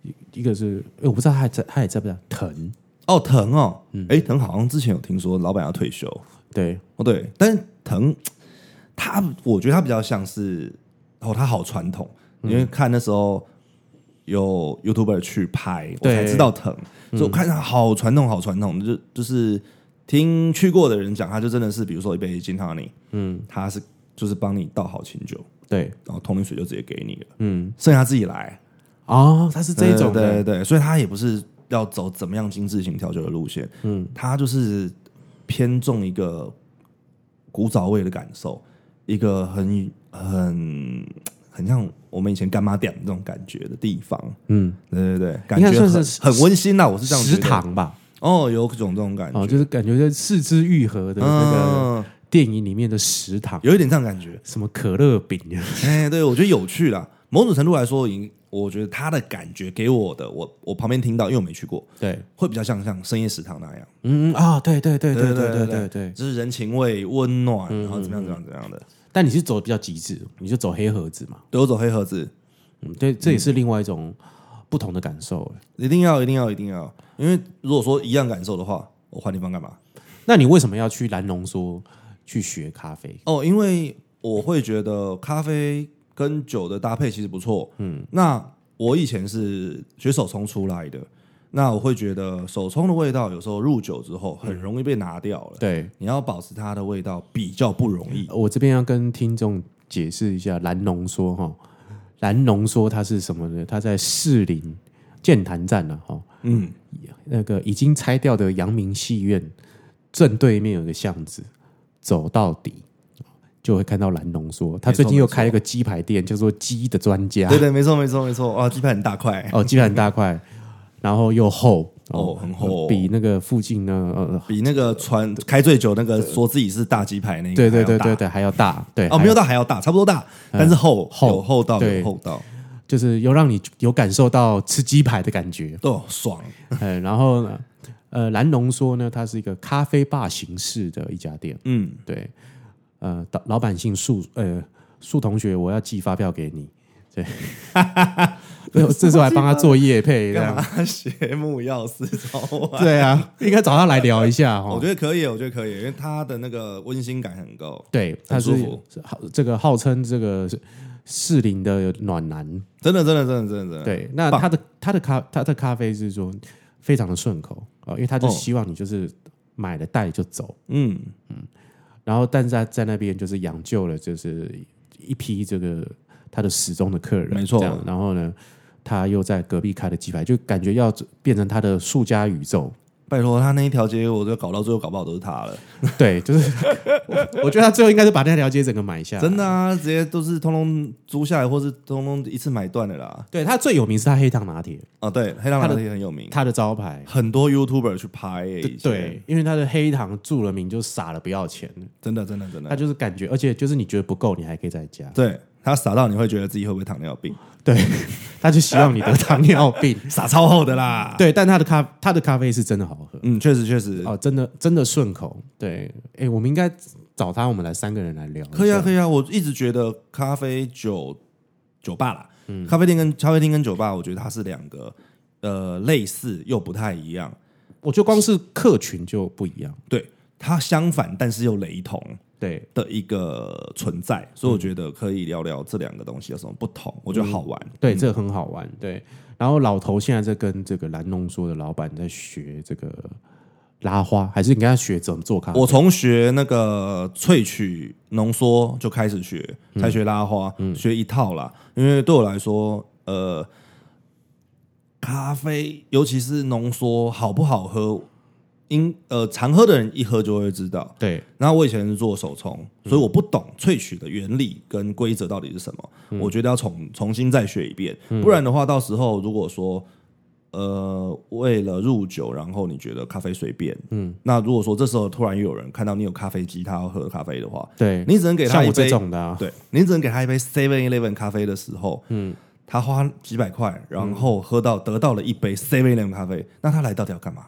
Speaker 1: 一一个是，哎我不知道他还在，他也在不在藤？
Speaker 2: 哦，藤哦，
Speaker 1: 嗯
Speaker 2: 哎，藤好像之前有听说老板要退休，
Speaker 1: 对，
Speaker 2: 哦对，但是藤他，我觉得他比较像是哦，他好传统，因
Speaker 1: 嗯
Speaker 2: 为看那时候有 YouTuber 去拍，我
Speaker 1: 对嗯
Speaker 2: 才知道藤，所以我看他好传统，好传统，就就是听去过的人讲，他就真的是，比如说一杯金汤尼，嗯，他是就是帮你倒好清酒，
Speaker 1: 对，
Speaker 2: 然后通灵水就直接给你了，
Speaker 1: 嗯，
Speaker 2: 剩下自己来，
Speaker 1: 哦，他是这一种
Speaker 2: 对对
Speaker 1: 的，
Speaker 2: 对对，所以他也不是要走怎么样精致型调酒的路线，嗯，他就是偏重一个古早味的感受，一个很很很像我们以前干妈店那种感觉的地方，
Speaker 1: 嗯，
Speaker 2: 对对对，感
Speaker 1: 应该
Speaker 2: 觉
Speaker 1: 算
Speaker 2: 很
Speaker 1: 是
Speaker 2: 很温馨呐、啊我是这样觉
Speaker 1: 食
Speaker 2: 得
Speaker 1: 堂吧，
Speaker 2: 哦，有种这种感觉，
Speaker 1: 哦，就是感觉在四肢愈合的那个
Speaker 2: 嗯，
Speaker 1: 电影里面的食堂，
Speaker 2: 有一点这样的感觉，
Speaker 1: 什么可乐饼，啊
Speaker 2: 哎、对我觉得有趣啦，某种程度来说，已经我觉得他的感觉给我的，我我旁边听到，因为我没去过，
Speaker 1: 对，
Speaker 2: 会比较像像深夜食堂那样。
Speaker 1: 嗯啊，对对对
Speaker 2: 对对
Speaker 1: 对对对
Speaker 2: 对
Speaker 1: 对
Speaker 2: 对
Speaker 1: 对。
Speaker 2: 就是人情味、温暖，然后怎么样、怎么样、怎么样的。
Speaker 1: 但你是走比较极致，你就走黑盒子嘛，
Speaker 2: 对我走黑盒子，
Speaker 1: 嗯，对，这也是另外一种不同的感受。欸
Speaker 2: 一定要、一定要、一定要，因为如果说一样感受的话，我换地方干嘛？
Speaker 1: 那你为什么要去蓝浓缩去学咖啡？
Speaker 2: 哦，因为我会觉得咖啡跟酒的搭配其实不错。嗯，那我以前是学手冲出来的，那我会觉得手冲的味道有时候入酒之后很容易被拿掉了，
Speaker 1: 对
Speaker 2: 你要保持它的味道比较不容易。
Speaker 1: 我这边要跟听众解释一下蓝浓缩哈，蓝浓缩它是什么呢？它在士林剑潭站呢、啊，哈，
Speaker 2: 嗯，
Speaker 1: 那个已经拆掉的阳明戏院正对面有一个巷子，走到底就会看到蓝浓缩。他最近又开一个鸡排店，叫做“鸡的专家
Speaker 2: 嗯对对，没错没错没错，哇，鸡排很大块，
Speaker 1: 哦，鸡排很大块，然后又厚，
Speaker 2: 哦，很厚哦，
Speaker 1: 比那个附近呢，呃，
Speaker 2: 比那个传开最久那个说自己是大鸡排那个
Speaker 1: 对
Speaker 2: 还
Speaker 1: 对
Speaker 2: 要
Speaker 1: 对
Speaker 2: 大
Speaker 1: 对对，还要大，对，
Speaker 2: 哦，
Speaker 1: 还
Speaker 2: 没有到还要大，差不多大，但是厚
Speaker 1: 厚
Speaker 2: 有厚到
Speaker 1: 对
Speaker 2: 有厚到，
Speaker 1: 就是有让你有感受到吃鸡排的感觉，
Speaker 2: 都爽
Speaker 1: 呃，然后呢，呃，蓝龙说呢，它是一个咖啡吧形式的一家店，
Speaker 2: 嗯，
Speaker 1: 对，呃，老老板姓树，呃，树同学，我要寄发票给你，对， 这时候还帮他做业配，这
Speaker 2: 干
Speaker 1: 样，
Speaker 2: 嘛 邪木要死找我？
Speaker 1: 啊对啊，应该找他来聊一下哦
Speaker 2: 我
Speaker 1: 哈
Speaker 2: 觉。得可以，我觉得可以，因为它的那个温馨感很够，
Speaker 1: 对，他是
Speaker 2: 很舒服
Speaker 1: 是号这个号称这个是士林的暖男，
Speaker 2: 真的，真的，真的，真的，真的，
Speaker 1: 对，那
Speaker 2: 嗯棒
Speaker 1: 他的他的咖他的咖啡是说非常的顺口啊、呃因为他就
Speaker 2: 哦
Speaker 1: 希望你就是买了带就走，
Speaker 2: 嗯，
Speaker 1: 然后但是他在那边就是养就了就是一批这个他的始终的客人，
Speaker 2: 没错
Speaker 1: 这样然后呢，他又在隔壁开了鸡排，就感觉要变成他的数家宇 宙，
Speaker 2: 拜托，他那一条街，我都搞到最后搞不好都是他了，
Speaker 1: 对，就是 我我觉得他最后应该是把那条街整个买下来，
Speaker 2: 真的啊，直接都是通通租下来，或是通通一次买断的啦。
Speaker 1: 对他最有名是他黑糖拿铁，
Speaker 2: 哦，对，黑浪
Speaker 1: 他
Speaker 2: 马
Speaker 1: 的
Speaker 2: 也很有名，
Speaker 1: 他的招牌。
Speaker 2: 很多 YouTuber 去拍耶，以前
Speaker 1: 对，，因为他的黑糖注了名就傻了不要钱，
Speaker 2: 真的，真的，真
Speaker 1: 他
Speaker 2: 的，
Speaker 1: 就是感觉，而且就是你觉得不够，你还可以再加。
Speaker 2: 对他傻到你会觉得自己会不会糖尿病，
Speaker 1: 对，他就希望你得糖尿 病。
Speaker 2: 傻超厚的啦。
Speaker 1: 对，但他的咖他的咖啡是真的好喝
Speaker 2: 嗯，确实确实，
Speaker 1: 哦，真的真的顺口。对，哎，我们应该找他，我们来三个人来聊。
Speaker 2: 可以啊，，可以啊。我一直觉得咖啡酒酒吧啦，咖啡店跟咖啡厅跟酒吧，我觉得它是两个呃类似又不太一样，
Speaker 1: 我觉得光是客群就不一样。
Speaker 2: 对它相反但是又雷同
Speaker 1: 对，
Speaker 2: 的一个存在，所以我觉得可以聊聊这两个东西有什么不同，我觉得好玩。
Speaker 1: 对，这个很好玩。对，然后老头现在在跟这个蓝农说的老板在学这个拉花，还是你跟他学怎么做咖啡？
Speaker 2: 我从学那个萃取浓缩就开始学，才学拉花，
Speaker 1: 嗯
Speaker 2: 学一套啦。因为对我来说，呃，咖啡尤其是浓缩好不好喝，因呃常喝的人一喝就会知道。
Speaker 1: 对，
Speaker 2: 然后我以前是做手冲，
Speaker 1: 嗯
Speaker 2: 所以我不懂萃取的原理跟规则到底是什么。
Speaker 1: 嗯
Speaker 2: 我觉得要重重新再学一遍，不然的话，到时候如果说呃为了入酒，然后你觉得咖啡随便，嗯，那如果说这时候突然又有人看到你有咖啡机，他要喝咖啡的话，
Speaker 1: 对，
Speaker 2: 你只能给他
Speaker 1: 嗯像
Speaker 2: 一
Speaker 1: 我这
Speaker 2: 杯，
Speaker 1: 种的、啊，
Speaker 2: 对你只能给他一杯 Seven Eleven 咖啡的时候，嗯。他花几百块，然后喝到得到了一杯 Seven Eleven 咖啡，那他来到底要干嘛？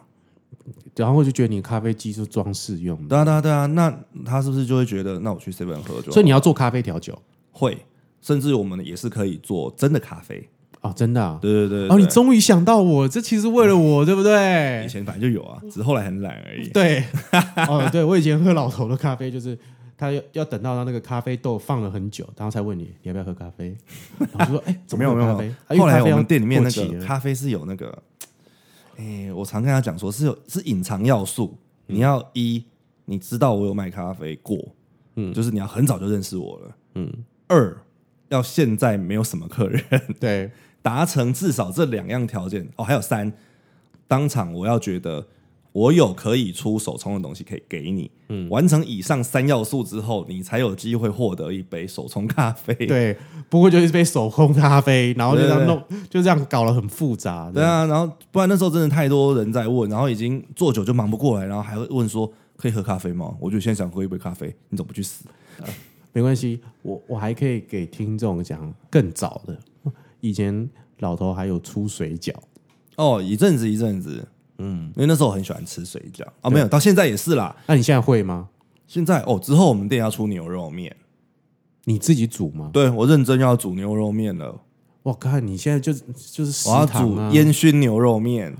Speaker 1: 然后我就觉得你咖啡机是装饰用的，
Speaker 2: 对啊，对啊，对啊，那他是不是就会觉得，那我去 Seven 喝就好？
Speaker 1: 所以你要做咖啡调酒
Speaker 2: 会，甚至我们也是可以做真的咖啡。
Speaker 1: 哦，真的、啊。
Speaker 2: 对对对
Speaker 1: 哦，你
Speaker 2: 对
Speaker 1: 终于想到我，这其实为了我，对不
Speaker 2: 以
Speaker 1: 对？
Speaker 2: 前反正就有啊，只是后来很懒而已。
Speaker 1: 对， 哦，对，我以前喝老头的咖啡，就是他要要等到他那个咖啡豆放了很久，然后才问你你要不要喝咖啡，然后就说哎，怎
Speaker 2: 没
Speaker 1: 么
Speaker 2: 有
Speaker 1: 会
Speaker 2: 没
Speaker 1: 有
Speaker 2: 有
Speaker 1: 咖啡？啊
Speaker 2: 没有，后来我们店里面那，
Speaker 1: 因
Speaker 2: 个
Speaker 1: 为咖啡要过期了
Speaker 2: 咖啡是有那个，哎，我常跟他讲说是有是隐藏要素，你要一你知道我有卖咖啡过，嗯，就是你要很早就认识我了，嗯。二要现在没有什么客人，
Speaker 1: 对，
Speaker 2: 达成至少这两样条件哦，还有三，当场我要觉得我有可以出手冲的东西可以给你，嗯，完成以上三要素之后，你才有机会获得一杯手冲咖啡。
Speaker 1: 对，不过就是被手工咖啡，然后就这样
Speaker 2: 对对
Speaker 1: 弄，就这样搞得很复杂。
Speaker 2: 对啊，然后不然那时候真的太多人在问，然后已经做久就忙不过来，然后还会问说可以喝咖啡吗？我就现在想喝一杯咖啡，你怎么不去死？
Speaker 1: 没关系，我我还可以给听众讲更早的，以前老头还有出水饺，
Speaker 2: 哦，一阵子一阵子，嗯，因为那时候我很喜欢吃水饺啊，没有，到现在也是啦。
Speaker 1: 那你现在会吗？
Speaker 2: 现在哦，之后我们店要出牛肉面，
Speaker 1: 你自己煮吗？
Speaker 2: 对我认真要煮牛肉面了。
Speaker 1: 我靠，你现在就就是食
Speaker 2: 我要
Speaker 1: 堂
Speaker 2: 煮
Speaker 1: 啊，
Speaker 2: 烟熏牛肉面，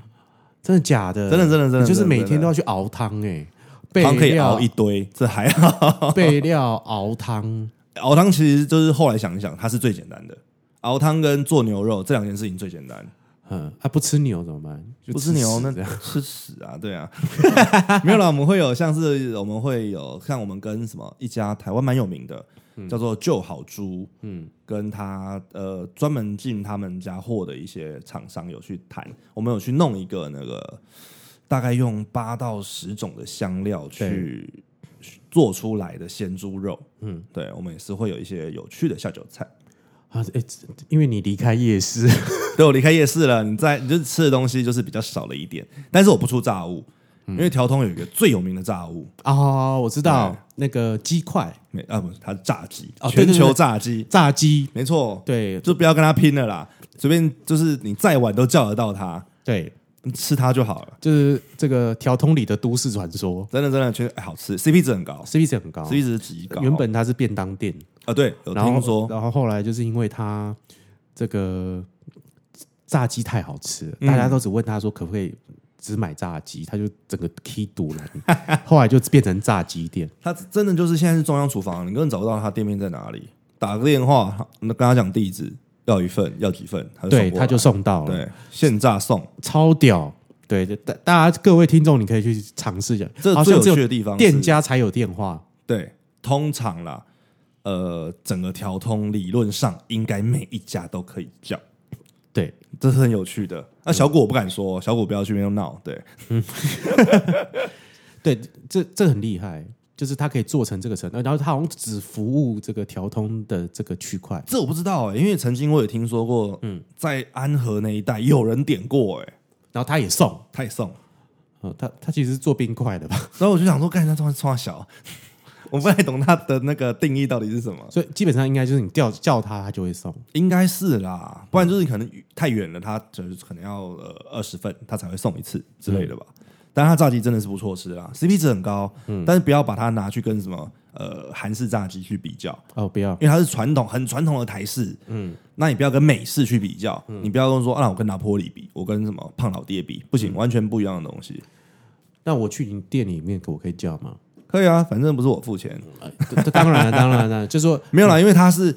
Speaker 1: 真的假的？
Speaker 2: 真的真的真的
Speaker 1: 你就是每
Speaker 2: 真
Speaker 1: 天
Speaker 2: 的
Speaker 1: 都要去熬汤哎，备
Speaker 2: 汤可以
Speaker 1: 料
Speaker 2: 熬一堆， 这还好。
Speaker 1: 备料熬汤，
Speaker 2: 熬汤其实就是后来想一想，它是最简单的。熬汤跟做牛肉这两件事情最简单，
Speaker 1: 嗯，啊不吃牛怎么办？就
Speaker 2: 不吃牛
Speaker 1: 屎
Speaker 2: 那
Speaker 1: 这样
Speaker 2: 吃屎啊，对啊， 没有啦，我们会有像是我们会有像我们跟什么一家台湾蛮有名的
Speaker 1: 嗯
Speaker 2: 嗯叫做旧好猪，嗯，跟他呃专门进他们家货的一些厂商有去谈，我们有去弄一个那个大概用八到十种的香料去做出来的鲜猪肉，嗯，对，我们也是会有一些有趣的下酒菜。
Speaker 1: 啊，哎、这因为你离开 夜市，
Speaker 2: 对我离开夜市了，你在你就吃的东西就是比较少了一点，但是我不出炸物，
Speaker 1: 嗯
Speaker 2: 因为条通有一个最有名的炸物，
Speaker 1: 哦，我知道那个鸡块、
Speaker 2: 没啊不是，它是炸鸡，
Speaker 1: 哦对
Speaker 2: 全
Speaker 1: 对对
Speaker 2: 球炸鸡，
Speaker 1: 炸鸡，
Speaker 2: 没错，
Speaker 1: 对
Speaker 2: 就不要跟他拼了啦，随便就是你再晚都叫得到他，
Speaker 1: 对，
Speaker 2: 吃它就好了，
Speaker 1: 就是这个条通里的都市传说
Speaker 2: 真的真的，确实哎好吃，CP 值很高
Speaker 1: ，CP 值很高。
Speaker 2: ，CP 值极高。
Speaker 1: 哦原本它是便当店，
Speaker 2: 啊对，有
Speaker 1: 然后
Speaker 2: 听说，
Speaker 1: 然后后来就是因为它这个炸鸡太好吃了，
Speaker 2: 嗯
Speaker 1: 大家都只问他说可不可以只买炸鸡，他就整个 key 堵 了，后来就变成炸鸡店。
Speaker 2: 它真的就是现在是中央厨房，你根本找不到它店面在哪里，打个电话，那跟他讲地址，要一份，要几份，他就
Speaker 1: 对，
Speaker 2: 送过来
Speaker 1: 他就送到了，
Speaker 2: 对现炸送。
Speaker 1: 超屌。对，就大大家各位听众，你可以去尝试一下，
Speaker 2: 这
Speaker 1: 好
Speaker 2: 最
Speaker 1: 像
Speaker 2: 有
Speaker 1: 只
Speaker 2: 趣的
Speaker 1: 有
Speaker 2: 地方是，
Speaker 1: 店家才有电话。
Speaker 2: 对，通常啦，呃，整个调通理论上应该每一家都可以叫，
Speaker 1: 对，
Speaker 2: 这是很有趣的。那、小果我不敢说，小果不要去那边闹。对，
Speaker 1: 对，这这很厉害，就是它可以做成这个程度，然后它好像只服务这个调通的这个区块。
Speaker 2: 这我不知道哎、因为曾经我也听说过，嗯，在安和那一带有人点过哎、
Speaker 1: 然后他也送，
Speaker 2: 太送，
Speaker 1: 呃，他他其实是做冰块的吧，
Speaker 2: 所以我就想说，干人家突然冲小， 我不太懂他的那个定义到底是什么，
Speaker 1: 所以基本上应该就是你叫叫他，他就会送。
Speaker 2: 应该是
Speaker 1: 嗯
Speaker 2: 啦，不然就是可能太远了，他就是可能要呃二十份，他才会送一次之类的吧。
Speaker 1: 嗯
Speaker 2: 但他炸鸡真的是不错吃啦，CP 值很高，但是不要把它拿去跟什么呃韩式炸鸡去比较，
Speaker 1: 哦，不要，
Speaker 2: 因为它是传统很传统的台式，嗯，那你不要跟美式去比较，
Speaker 1: 嗯
Speaker 2: 你不要跟我说啊，我跟拿坡里比，我跟什么胖老爹比，不
Speaker 1: 嗯
Speaker 2: 行，完全不一样的东西。
Speaker 1: 那我去你店里面，我可以叫吗？
Speaker 2: 可以啊，反正不是我付钱，
Speaker 1: 嗯这这当然啊了，当然了，就是说，
Speaker 2: 没有啦，因为他是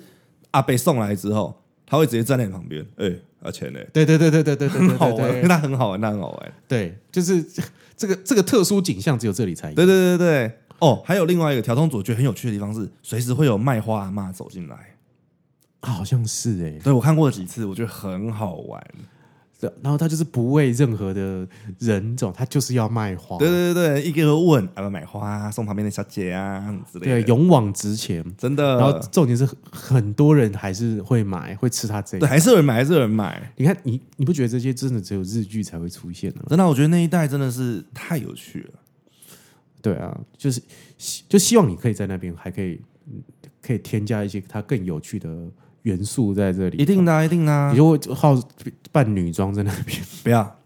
Speaker 2: 阿贝送来之后，他会直接站在你旁边，哎、啊钱呢、
Speaker 1: 对对对对对对对
Speaker 2: 很好欸
Speaker 1: 对
Speaker 2: 玩，因为
Speaker 1: 对
Speaker 2: 他很好玩，他很好玩。
Speaker 1: 对，就是这个这个特殊景象只有这里才有。
Speaker 2: 对对对对，哦，还有另外一个调通组，我觉得很有趣的地方是，随时会有卖花阿妈走进来。
Speaker 1: 啊好像是哎，
Speaker 2: 对我看过几次，我觉得很好玩。
Speaker 1: 对然后他就是不为任何的人种，他就是要卖花，
Speaker 2: 对对对对，一个个问啊，买花啊送旁边的小姐啊之类
Speaker 1: 对，
Speaker 2: 的，
Speaker 1: 勇往直前。
Speaker 2: 真
Speaker 1: 然后
Speaker 2: 的。
Speaker 1: 重点是很很多人还是会买，会吃他这
Speaker 2: 对，
Speaker 1: 个。
Speaker 2: 还是有人买，还是有人买。
Speaker 1: 你看，你你不觉得这些真的只有日剧才会出现的吗？
Speaker 2: 真的，啊我觉得那一代真的是太有趣了。
Speaker 1: 对啊，就是希就希望你可以在那边还可以嗯可以添加一些它更有趣的元素在这里。
Speaker 2: 一定的啊、一定的啊、
Speaker 1: 你就会好扮女装在那边，
Speaker 2: 不要，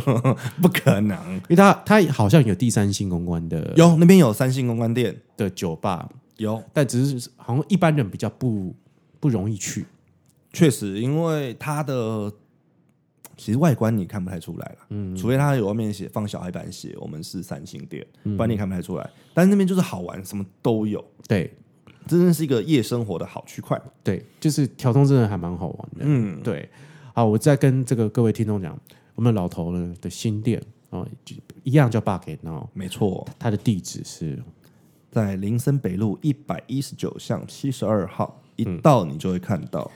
Speaker 2: 不可能。
Speaker 1: 因为它它好像有第三性公关的
Speaker 2: 有那边有三星公关店，
Speaker 1: 的酒吧，
Speaker 2: 有
Speaker 1: 但只是好像一般人比较不不容易去。
Speaker 2: 确实，因为它的其实外观你看不太出来了，嗯，除非它有外面写放小黑板写我们是三星店，
Speaker 1: 嗯
Speaker 2: 不然你看不太出来。但是那边就是好玩，什么都有，
Speaker 1: 对
Speaker 2: 真的是一个夜生活的好区块。
Speaker 1: 对，就是调通真的还蛮好玩的。
Speaker 2: 嗯，
Speaker 1: 对，好，我再跟这个各位听众讲，我们老头呢的新店哦，就一样叫 Bucket，然后
Speaker 2: 没错，
Speaker 1: 他的地址是
Speaker 2: 在林森北路一百一十九巷七十二号，一到你就会看到，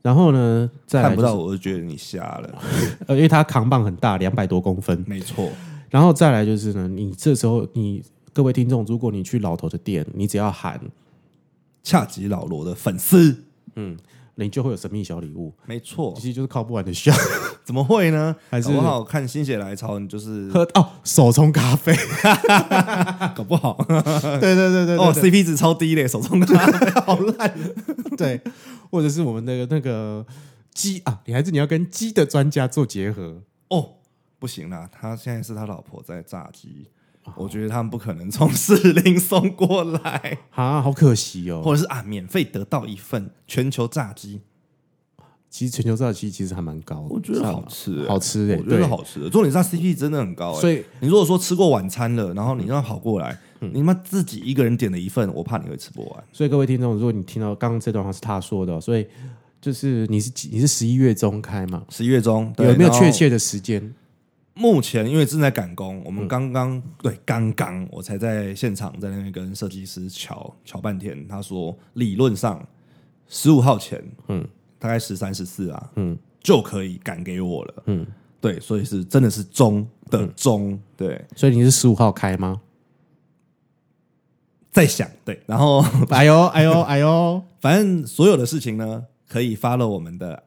Speaker 1: 然后呢，嗯再来
Speaker 2: 看不
Speaker 1: 就
Speaker 2: 到
Speaker 1: 是，
Speaker 2: 我就觉得你瞎了。
Speaker 1: 呃，因为它扛棒很大，两百多公分。
Speaker 2: 没错，
Speaker 1: 然后再来就是呢，你这时候你各位听众，如果你去老头的店，你只要喊，
Speaker 2: 恰吉老罗的粉丝，
Speaker 1: 你就会有神秘小礼物，
Speaker 2: 没错
Speaker 1: 其，实就是靠不完的笑，
Speaker 2: 怎么会呢？
Speaker 1: 还是
Speaker 2: 搞不好看心血来潮，你 就是
Speaker 1: 喝哦手冲 咖啡，
Speaker 2: 搞不 好
Speaker 1: 对对对对对
Speaker 2: 哦，CP 哦值超低嘞，手冲咖啡好烂。
Speaker 1: 对，或者是我们那个那个鸡啊，你还是你要跟鸡的专家做结合，
Speaker 2: 哦，不行啦，他现在是他老婆在炸鸡，
Speaker 1: 哦
Speaker 2: 我觉得他们不可能从士林送过来，
Speaker 1: 啊，好可惜哦，
Speaker 2: 或者是啊，免费得到一份全球炸鸡，
Speaker 1: 其实全球炸鸡其实还蛮高的，
Speaker 2: 我觉得好吃欸
Speaker 1: 啊好吃哎、
Speaker 2: 我觉得
Speaker 1: 对，
Speaker 2: 好吃的。欸重点是他 CP 真的很高，
Speaker 1: 所
Speaker 2: 以
Speaker 1: 以嗯
Speaker 2: 你如果说吃过晚餐了，然后你让他跑过来，你妈自己一个人点了一份，我怕你会吃不完。
Speaker 1: 所以各位听众，如果你听到刚刚这段话是他说的哦，所以就是你是几你是十一月中开嘛，
Speaker 2: 十一月中对
Speaker 1: 有没有
Speaker 2: 然后
Speaker 1: 确切的时间？
Speaker 2: 目前因为正在赶工，我
Speaker 1: 嗯
Speaker 2: 们刚刚、对刚刚我才在现场在那边跟设计师瞧瞧半天，他说理论上十五号前，嗯，大概十三十四啊，嗯，就可以赶给我了，嗯，对，所以是真的是中
Speaker 1: 嗯
Speaker 2: 的中，对，
Speaker 1: 所以你是十五号开吗？
Speaker 2: 在想对，然后
Speaker 1: 哎呦哎呦哎呦，
Speaker 2: 反正所有的事情呢，可以 follow 我们的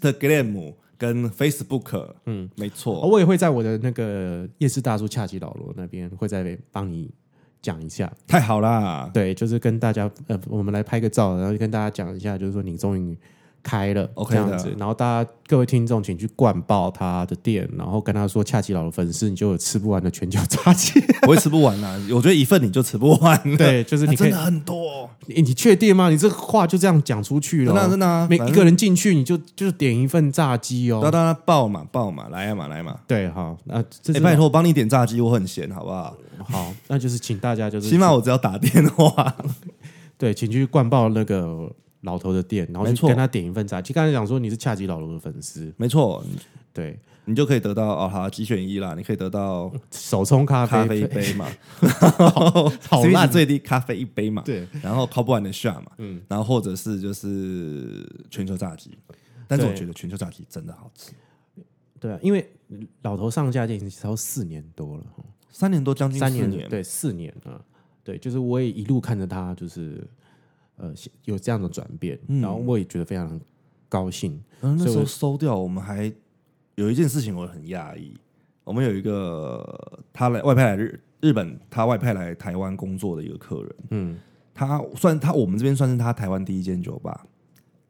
Speaker 2: Instagram 跟 Facebook。嗯，没错。
Speaker 1: 哦我也会在我的那个夜市大叔恰吉老罗那边会再帮你讲一下。
Speaker 2: 太好啦！
Speaker 1: 对，就是跟大家呃，我们来拍个照，然后跟大家讲一下，就是说你终于开了
Speaker 2: OK
Speaker 1: 这
Speaker 2: 的
Speaker 1: 样子。然后大家各位听众，请去灌爆他的店，然后跟他说恰吉老的粉丝，你就有吃不完的全球炸 鸡。
Speaker 2: 不会吃不完 啦，我觉得一份你就吃不完了。
Speaker 1: 对，就是
Speaker 2: 那
Speaker 1: 你可
Speaker 2: 啊真
Speaker 1: 以
Speaker 2: 的，很多，哦
Speaker 1: 你你确定吗？你这话就这样讲出去
Speaker 2: 真
Speaker 1: 了哦、
Speaker 2: 的真的啊，
Speaker 1: 每
Speaker 2: 反
Speaker 1: 一
Speaker 2: 正啊
Speaker 1: 个人进去，你就就点一份炸鸡
Speaker 2: 哒
Speaker 1: 哦。
Speaker 2: 哒哒爆嘛爆嘛，来呀、嘛来嘛！
Speaker 1: 对，好，那这
Speaker 2: 哎、
Speaker 1: 是、
Speaker 2: 拜托，我帮你点炸鸡，我很闲，好不好？
Speaker 1: 好，那就是请大家就是
Speaker 2: 起码我只要打电话，
Speaker 1: 对，请去灌爆那个老头的店，然后
Speaker 2: 没
Speaker 1: 去
Speaker 2: 错
Speaker 1: 跟他点一份炸鸡。刚才讲说你是恰吉老头的粉丝，
Speaker 2: 没错，你
Speaker 1: 对，
Speaker 2: 你就可以得到哦，好，几选一啦，你可以得到
Speaker 1: 手冲咖啡，
Speaker 2: 咖啡一杯嘛，
Speaker 1: 好
Speaker 2: CP
Speaker 1: 烂
Speaker 2: 值最低咖啡一杯嘛，
Speaker 1: 对，
Speaker 2: 然后烤不完的 s h a 嘛，嗯，然后或者是就是全球炸鸡，但是
Speaker 1: 对
Speaker 2: 我觉得全球炸鸡真的好吃，
Speaker 1: 对啊，因为老头上架已经超四年多了，
Speaker 2: 三年多将近四
Speaker 1: 三
Speaker 2: 年，
Speaker 1: 对，四年啊，对，就是我也一路看着他，就是呃有这样的转变，
Speaker 2: 嗯
Speaker 1: 然后我也觉得非常高兴。
Speaker 2: 然后嗯那
Speaker 1: 所以
Speaker 2: 时
Speaker 1: 我
Speaker 2: 候收掉，我们还有一件事情我很讶异，我们有一个他来外派来日日本，他外派来台湾工作的一个客人，嗯，他算他我们这边算是他台湾第一间酒吧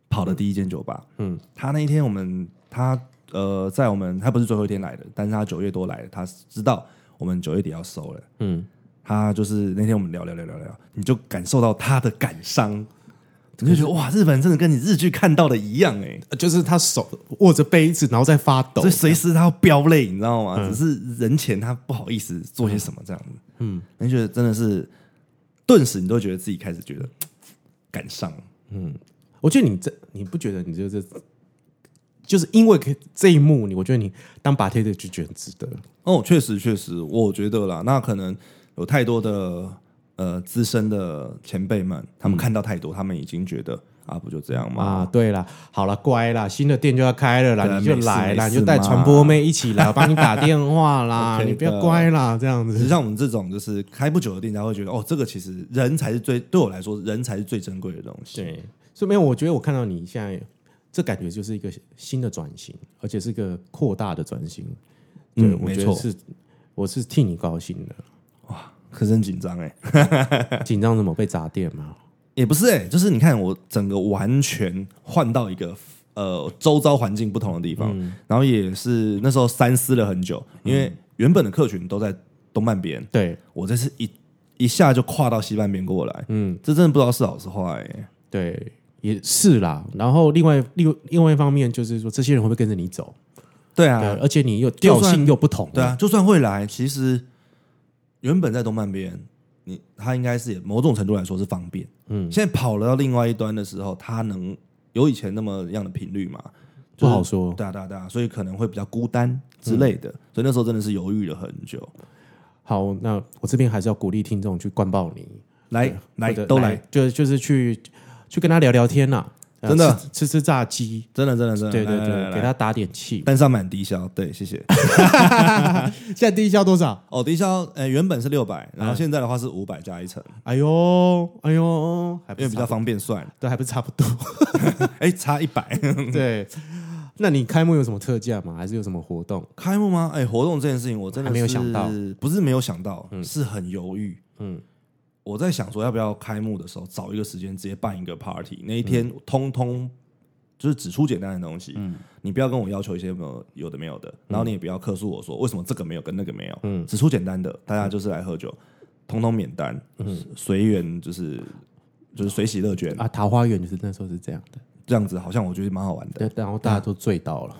Speaker 2: 跑的第一间酒吧，嗯，他那一天我们他呃在我们他不是最后一天来的，但是他九月多来的，他知道我们九月底要收了，
Speaker 1: 嗯，
Speaker 2: 他就是那天我们聊聊聊聊聊，你就感受到他的感伤。你就觉得哇，日本人真的跟你日剧看到的一样哎、
Speaker 1: 呃就是他手握着杯子，然后在发抖嗯
Speaker 2: 所以，随时他要飙泪，你知道吗？只是人前他不好意思做些什么这样子。嗯，你觉得真的是，顿时你都觉得自己开始觉得嘖感伤。
Speaker 1: 我觉得你这你不觉得你就是就是因为这一幕，你我觉得你当 b a r t 就觉得值得。
Speaker 2: 哦，确实确实，我觉得啦，那可能有太多的呃资深的前辈们，他们看到太多，他们已经觉得啊，不就这样吗？
Speaker 1: 啊，对了，好了，乖啦，新的店就要开
Speaker 2: 对
Speaker 1: 了啦，
Speaker 2: 啊
Speaker 1: 你就
Speaker 2: 没事
Speaker 1: 来啦，
Speaker 2: 没
Speaker 1: 你
Speaker 2: 事
Speaker 1: 就带
Speaker 2: 嘛
Speaker 1: 传播妹一起来，我帮你打电话啦，
Speaker 2: OK
Speaker 1: 你不要
Speaker 2: 的
Speaker 1: 乖啦，这样
Speaker 2: 只是
Speaker 1: 子。
Speaker 2: 像我们这种就是开不久的店家，会觉得哦，这个其实人才是最对我来说，人才是最珍贵的东西。
Speaker 1: 对，所以没有，我觉得我看到你现在，这感觉就是一个新的转型，而且是一个扩大的转型。对，
Speaker 2: 嗯
Speaker 1: 我
Speaker 2: 没
Speaker 1: 觉得
Speaker 2: 错
Speaker 1: 是，我是替你高兴 的。
Speaker 2: 可是很紧张哎、
Speaker 1: 紧张什么？被砸店吗？
Speaker 2: 也不是哎、就是你看我整个完全换到一个呃周遭环境不同的地方，然后也是那时候三思了很久，因为原本的客群都在东半边，
Speaker 1: 对
Speaker 2: 我这次一一下就跨到西半边过来，嗯，这真的不知道是好是坏、欸，
Speaker 1: 对，也是啦。然后另外另另外一方面就是说，这些人会不会跟着你走？
Speaker 2: 对
Speaker 1: 对，
Speaker 2: 啊，
Speaker 1: 而且你又
Speaker 2: 就
Speaker 1: 调
Speaker 2: 算
Speaker 1: 性又不同。
Speaker 2: 对，啊，就算会来，其实原本在东半边，你他应该是也某种程度来说是方便，嗯，现在跑了到另外一端的时候，他能有以前那么样的频率吗？
Speaker 1: 不好说。
Speaker 2: 对啊，对啊，对啊，所以可能会比较孤单之类
Speaker 1: 嗯
Speaker 2: 的，所以那时候真的是犹豫了很久。
Speaker 1: 好，那我这边还是要鼓励听众去灌爆你，
Speaker 2: 来来
Speaker 1: 或者
Speaker 2: 都来，，
Speaker 1: 就就是去去跟他聊聊天呐，呃
Speaker 2: 真的
Speaker 1: 吃吃吃炸鸡，
Speaker 2: 真的真的真的，
Speaker 1: 对对
Speaker 2: 来来
Speaker 1: 对，
Speaker 2: 来
Speaker 1: 给他打点气。
Speaker 2: 单上满低消，对，谢谢。
Speaker 1: 现在低消多少？
Speaker 2: 哦，低消，呃，原本是六百，然
Speaker 1: 嗯
Speaker 2: 后现在的话是五百加一层，
Speaker 1: 哎呦哎呦，还不
Speaker 2: 因为比
Speaker 1: 是
Speaker 2: 较
Speaker 1: 差不多，
Speaker 2: 方便算。
Speaker 1: 对，还不是差不多。
Speaker 2: 哎，差一百。
Speaker 1: 对，那你开幕有什么特价吗？还是有什么活动？
Speaker 2: 开幕吗？哎，活动这件事情我真的
Speaker 1: 还没有
Speaker 2: 是
Speaker 1: 想到，嗯
Speaker 2: 不是没有想到，是很犹豫。嗯，我在想说要不要开幕的时候找一个时间直接办一个 party，那一
Speaker 1: 嗯
Speaker 2: 天通通就是只出简单的东西。嗯，你不要跟我要求一些什么有的没有
Speaker 1: 嗯
Speaker 2: 的，然后你也不要客诉我说为什么这个没有跟那个没有。嗯，只出简单的，大家就是来喝酒，通通免单，嗯，随缘就是就是随喜乐捐，
Speaker 1: 啊，桃花源就是那时候是这样的，
Speaker 2: 这样子好像我觉得蛮好玩的。
Speaker 1: 对，然后大家都醉到了。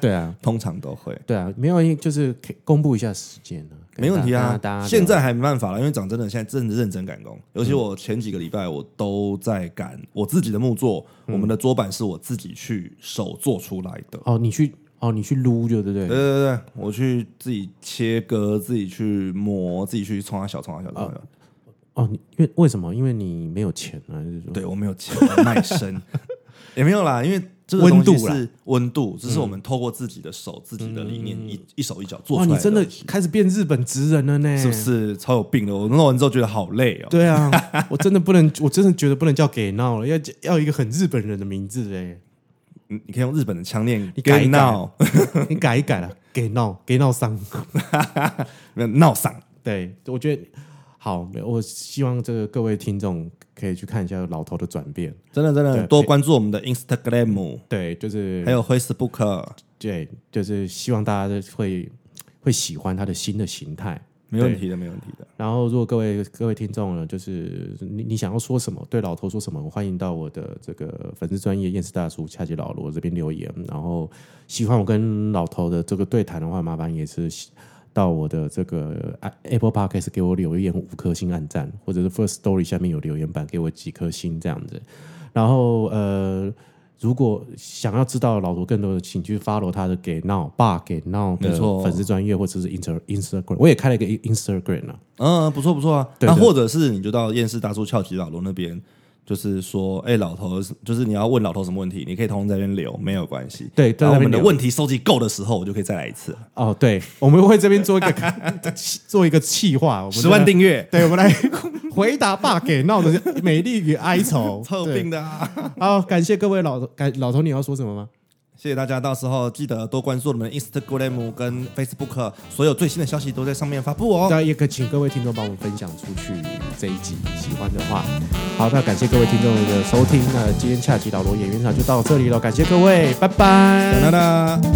Speaker 1: 对啊，
Speaker 2: 通常都会。
Speaker 1: 对啊，没有，就是可以公布一下时间啊，跟
Speaker 2: 没问题
Speaker 1: 大
Speaker 2: 啊
Speaker 1: 家大家，
Speaker 2: 现在还没办法了，因为讲真的，现在真的认真赶工。尤其我前几个礼拜我都在赶我自己的木作，
Speaker 1: 嗯
Speaker 2: 我们的桌板是我自己去手做出来的。
Speaker 1: 哦，你去哦，你去撸就对不
Speaker 2: 对对对，对我去自己切割，自己去磨，自己去冲啊小冲啊小冲啊小。
Speaker 1: 哦，你因为为什么？因为你没有钱啊，还是说
Speaker 2: 对我没有钱，我卖身。哎、也没有啦，因为这个东西
Speaker 1: 温度啦嗯
Speaker 2: 是温度，只是我们透过自己的手、自己的理念，一一手一脚做
Speaker 1: 哇，
Speaker 2: 出来
Speaker 1: 你真的
Speaker 2: 东西
Speaker 1: 开始变日本职人了呢？
Speaker 2: 是不？是超有病的？我弄完之后觉得好累哦。
Speaker 1: 对 啊，我真的不能，我真的觉得不能叫给闹了，要要一个很日本人的名 字哎，
Speaker 2: 你你可以用日本的腔念，
Speaker 1: 你改一改
Speaker 2: 闹
Speaker 1: 你改一改了，给闹给闹桑。
Speaker 2: 没有闹嗓，
Speaker 1: 对，我觉得好，我希望这个各位听众可以去看一下老头的转变。
Speaker 2: 真的真
Speaker 1: 对
Speaker 2: 的多关注我们的 Instagram，
Speaker 1: 对，就是
Speaker 2: 还有 Facebook，
Speaker 1: 对，就是希望大家会会喜欢他的新的形态。
Speaker 2: 没问题的，没问题的。
Speaker 1: 然后，如果各位各位听众呢，就是你你想要说什么，对老头说什么，欢迎到我的这个粉丝专业验尸大叔恰吉老罗这边留言。然后，喜欢我跟老头的这个对谈的话，麻烦也是到我的这个啊 Apple Podcast 给我留言五颗星按赞，或者是 First Story 下面有留言板给我几颗星这样子。然后呃，如果想要知道老罗更多的，请去 follow 他的给闹爸给闹的
Speaker 2: 没错
Speaker 1: 粉丝专业或者是 Inter Instagram，我也开了一个 Instagram 啊。
Speaker 2: 嗯，不错不错啊。
Speaker 1: 对
Speaker 2: 那
Speaker 1: 对
Speaker 2: 或者是你就到厌世大叔俏皮老罗那边，就是说，哎、老头，就是你要问老头什么问题，你可以通通在那边留，没有关系。
Speaker 1: 对在
Speaker 2: 当
Speaker 1: 那
Speaker 2: 我
Speaker 1: 边
Speaker 2: 们的
Speaker 1: 留
Speaker 2: 问题收集够的时候，我就可以再来一次，
Speaker 1: 哦，对， 我们会这边做一个 做一个企划，我们
Speaker 2: 十万
Speaker 1: 来，
Speaker 2: 订阅，
Speaker 1: 对我们来 回答爸给闹的美丽与 哀愁。
Speaker 2: 超有
Speaker 1: 对
Speaker 2: 病的啊！
Speaker 1: 好，感谢各位老头，感老头，你要说什么吗？
Speaker 2: 谢谢大家，到时候记得多关注我们的 Instagram 跟 Facebook，所有最新的消息都在上面发布哦。
Speaker 1: 那也可请各位听众帮我们分享出去这一集，喜欢的话。好，那感谢各位听众的收听，那今天恰吉老罗演员场就到这里了，感谢各位，拜拜
Speaker 2: 哒哒哒。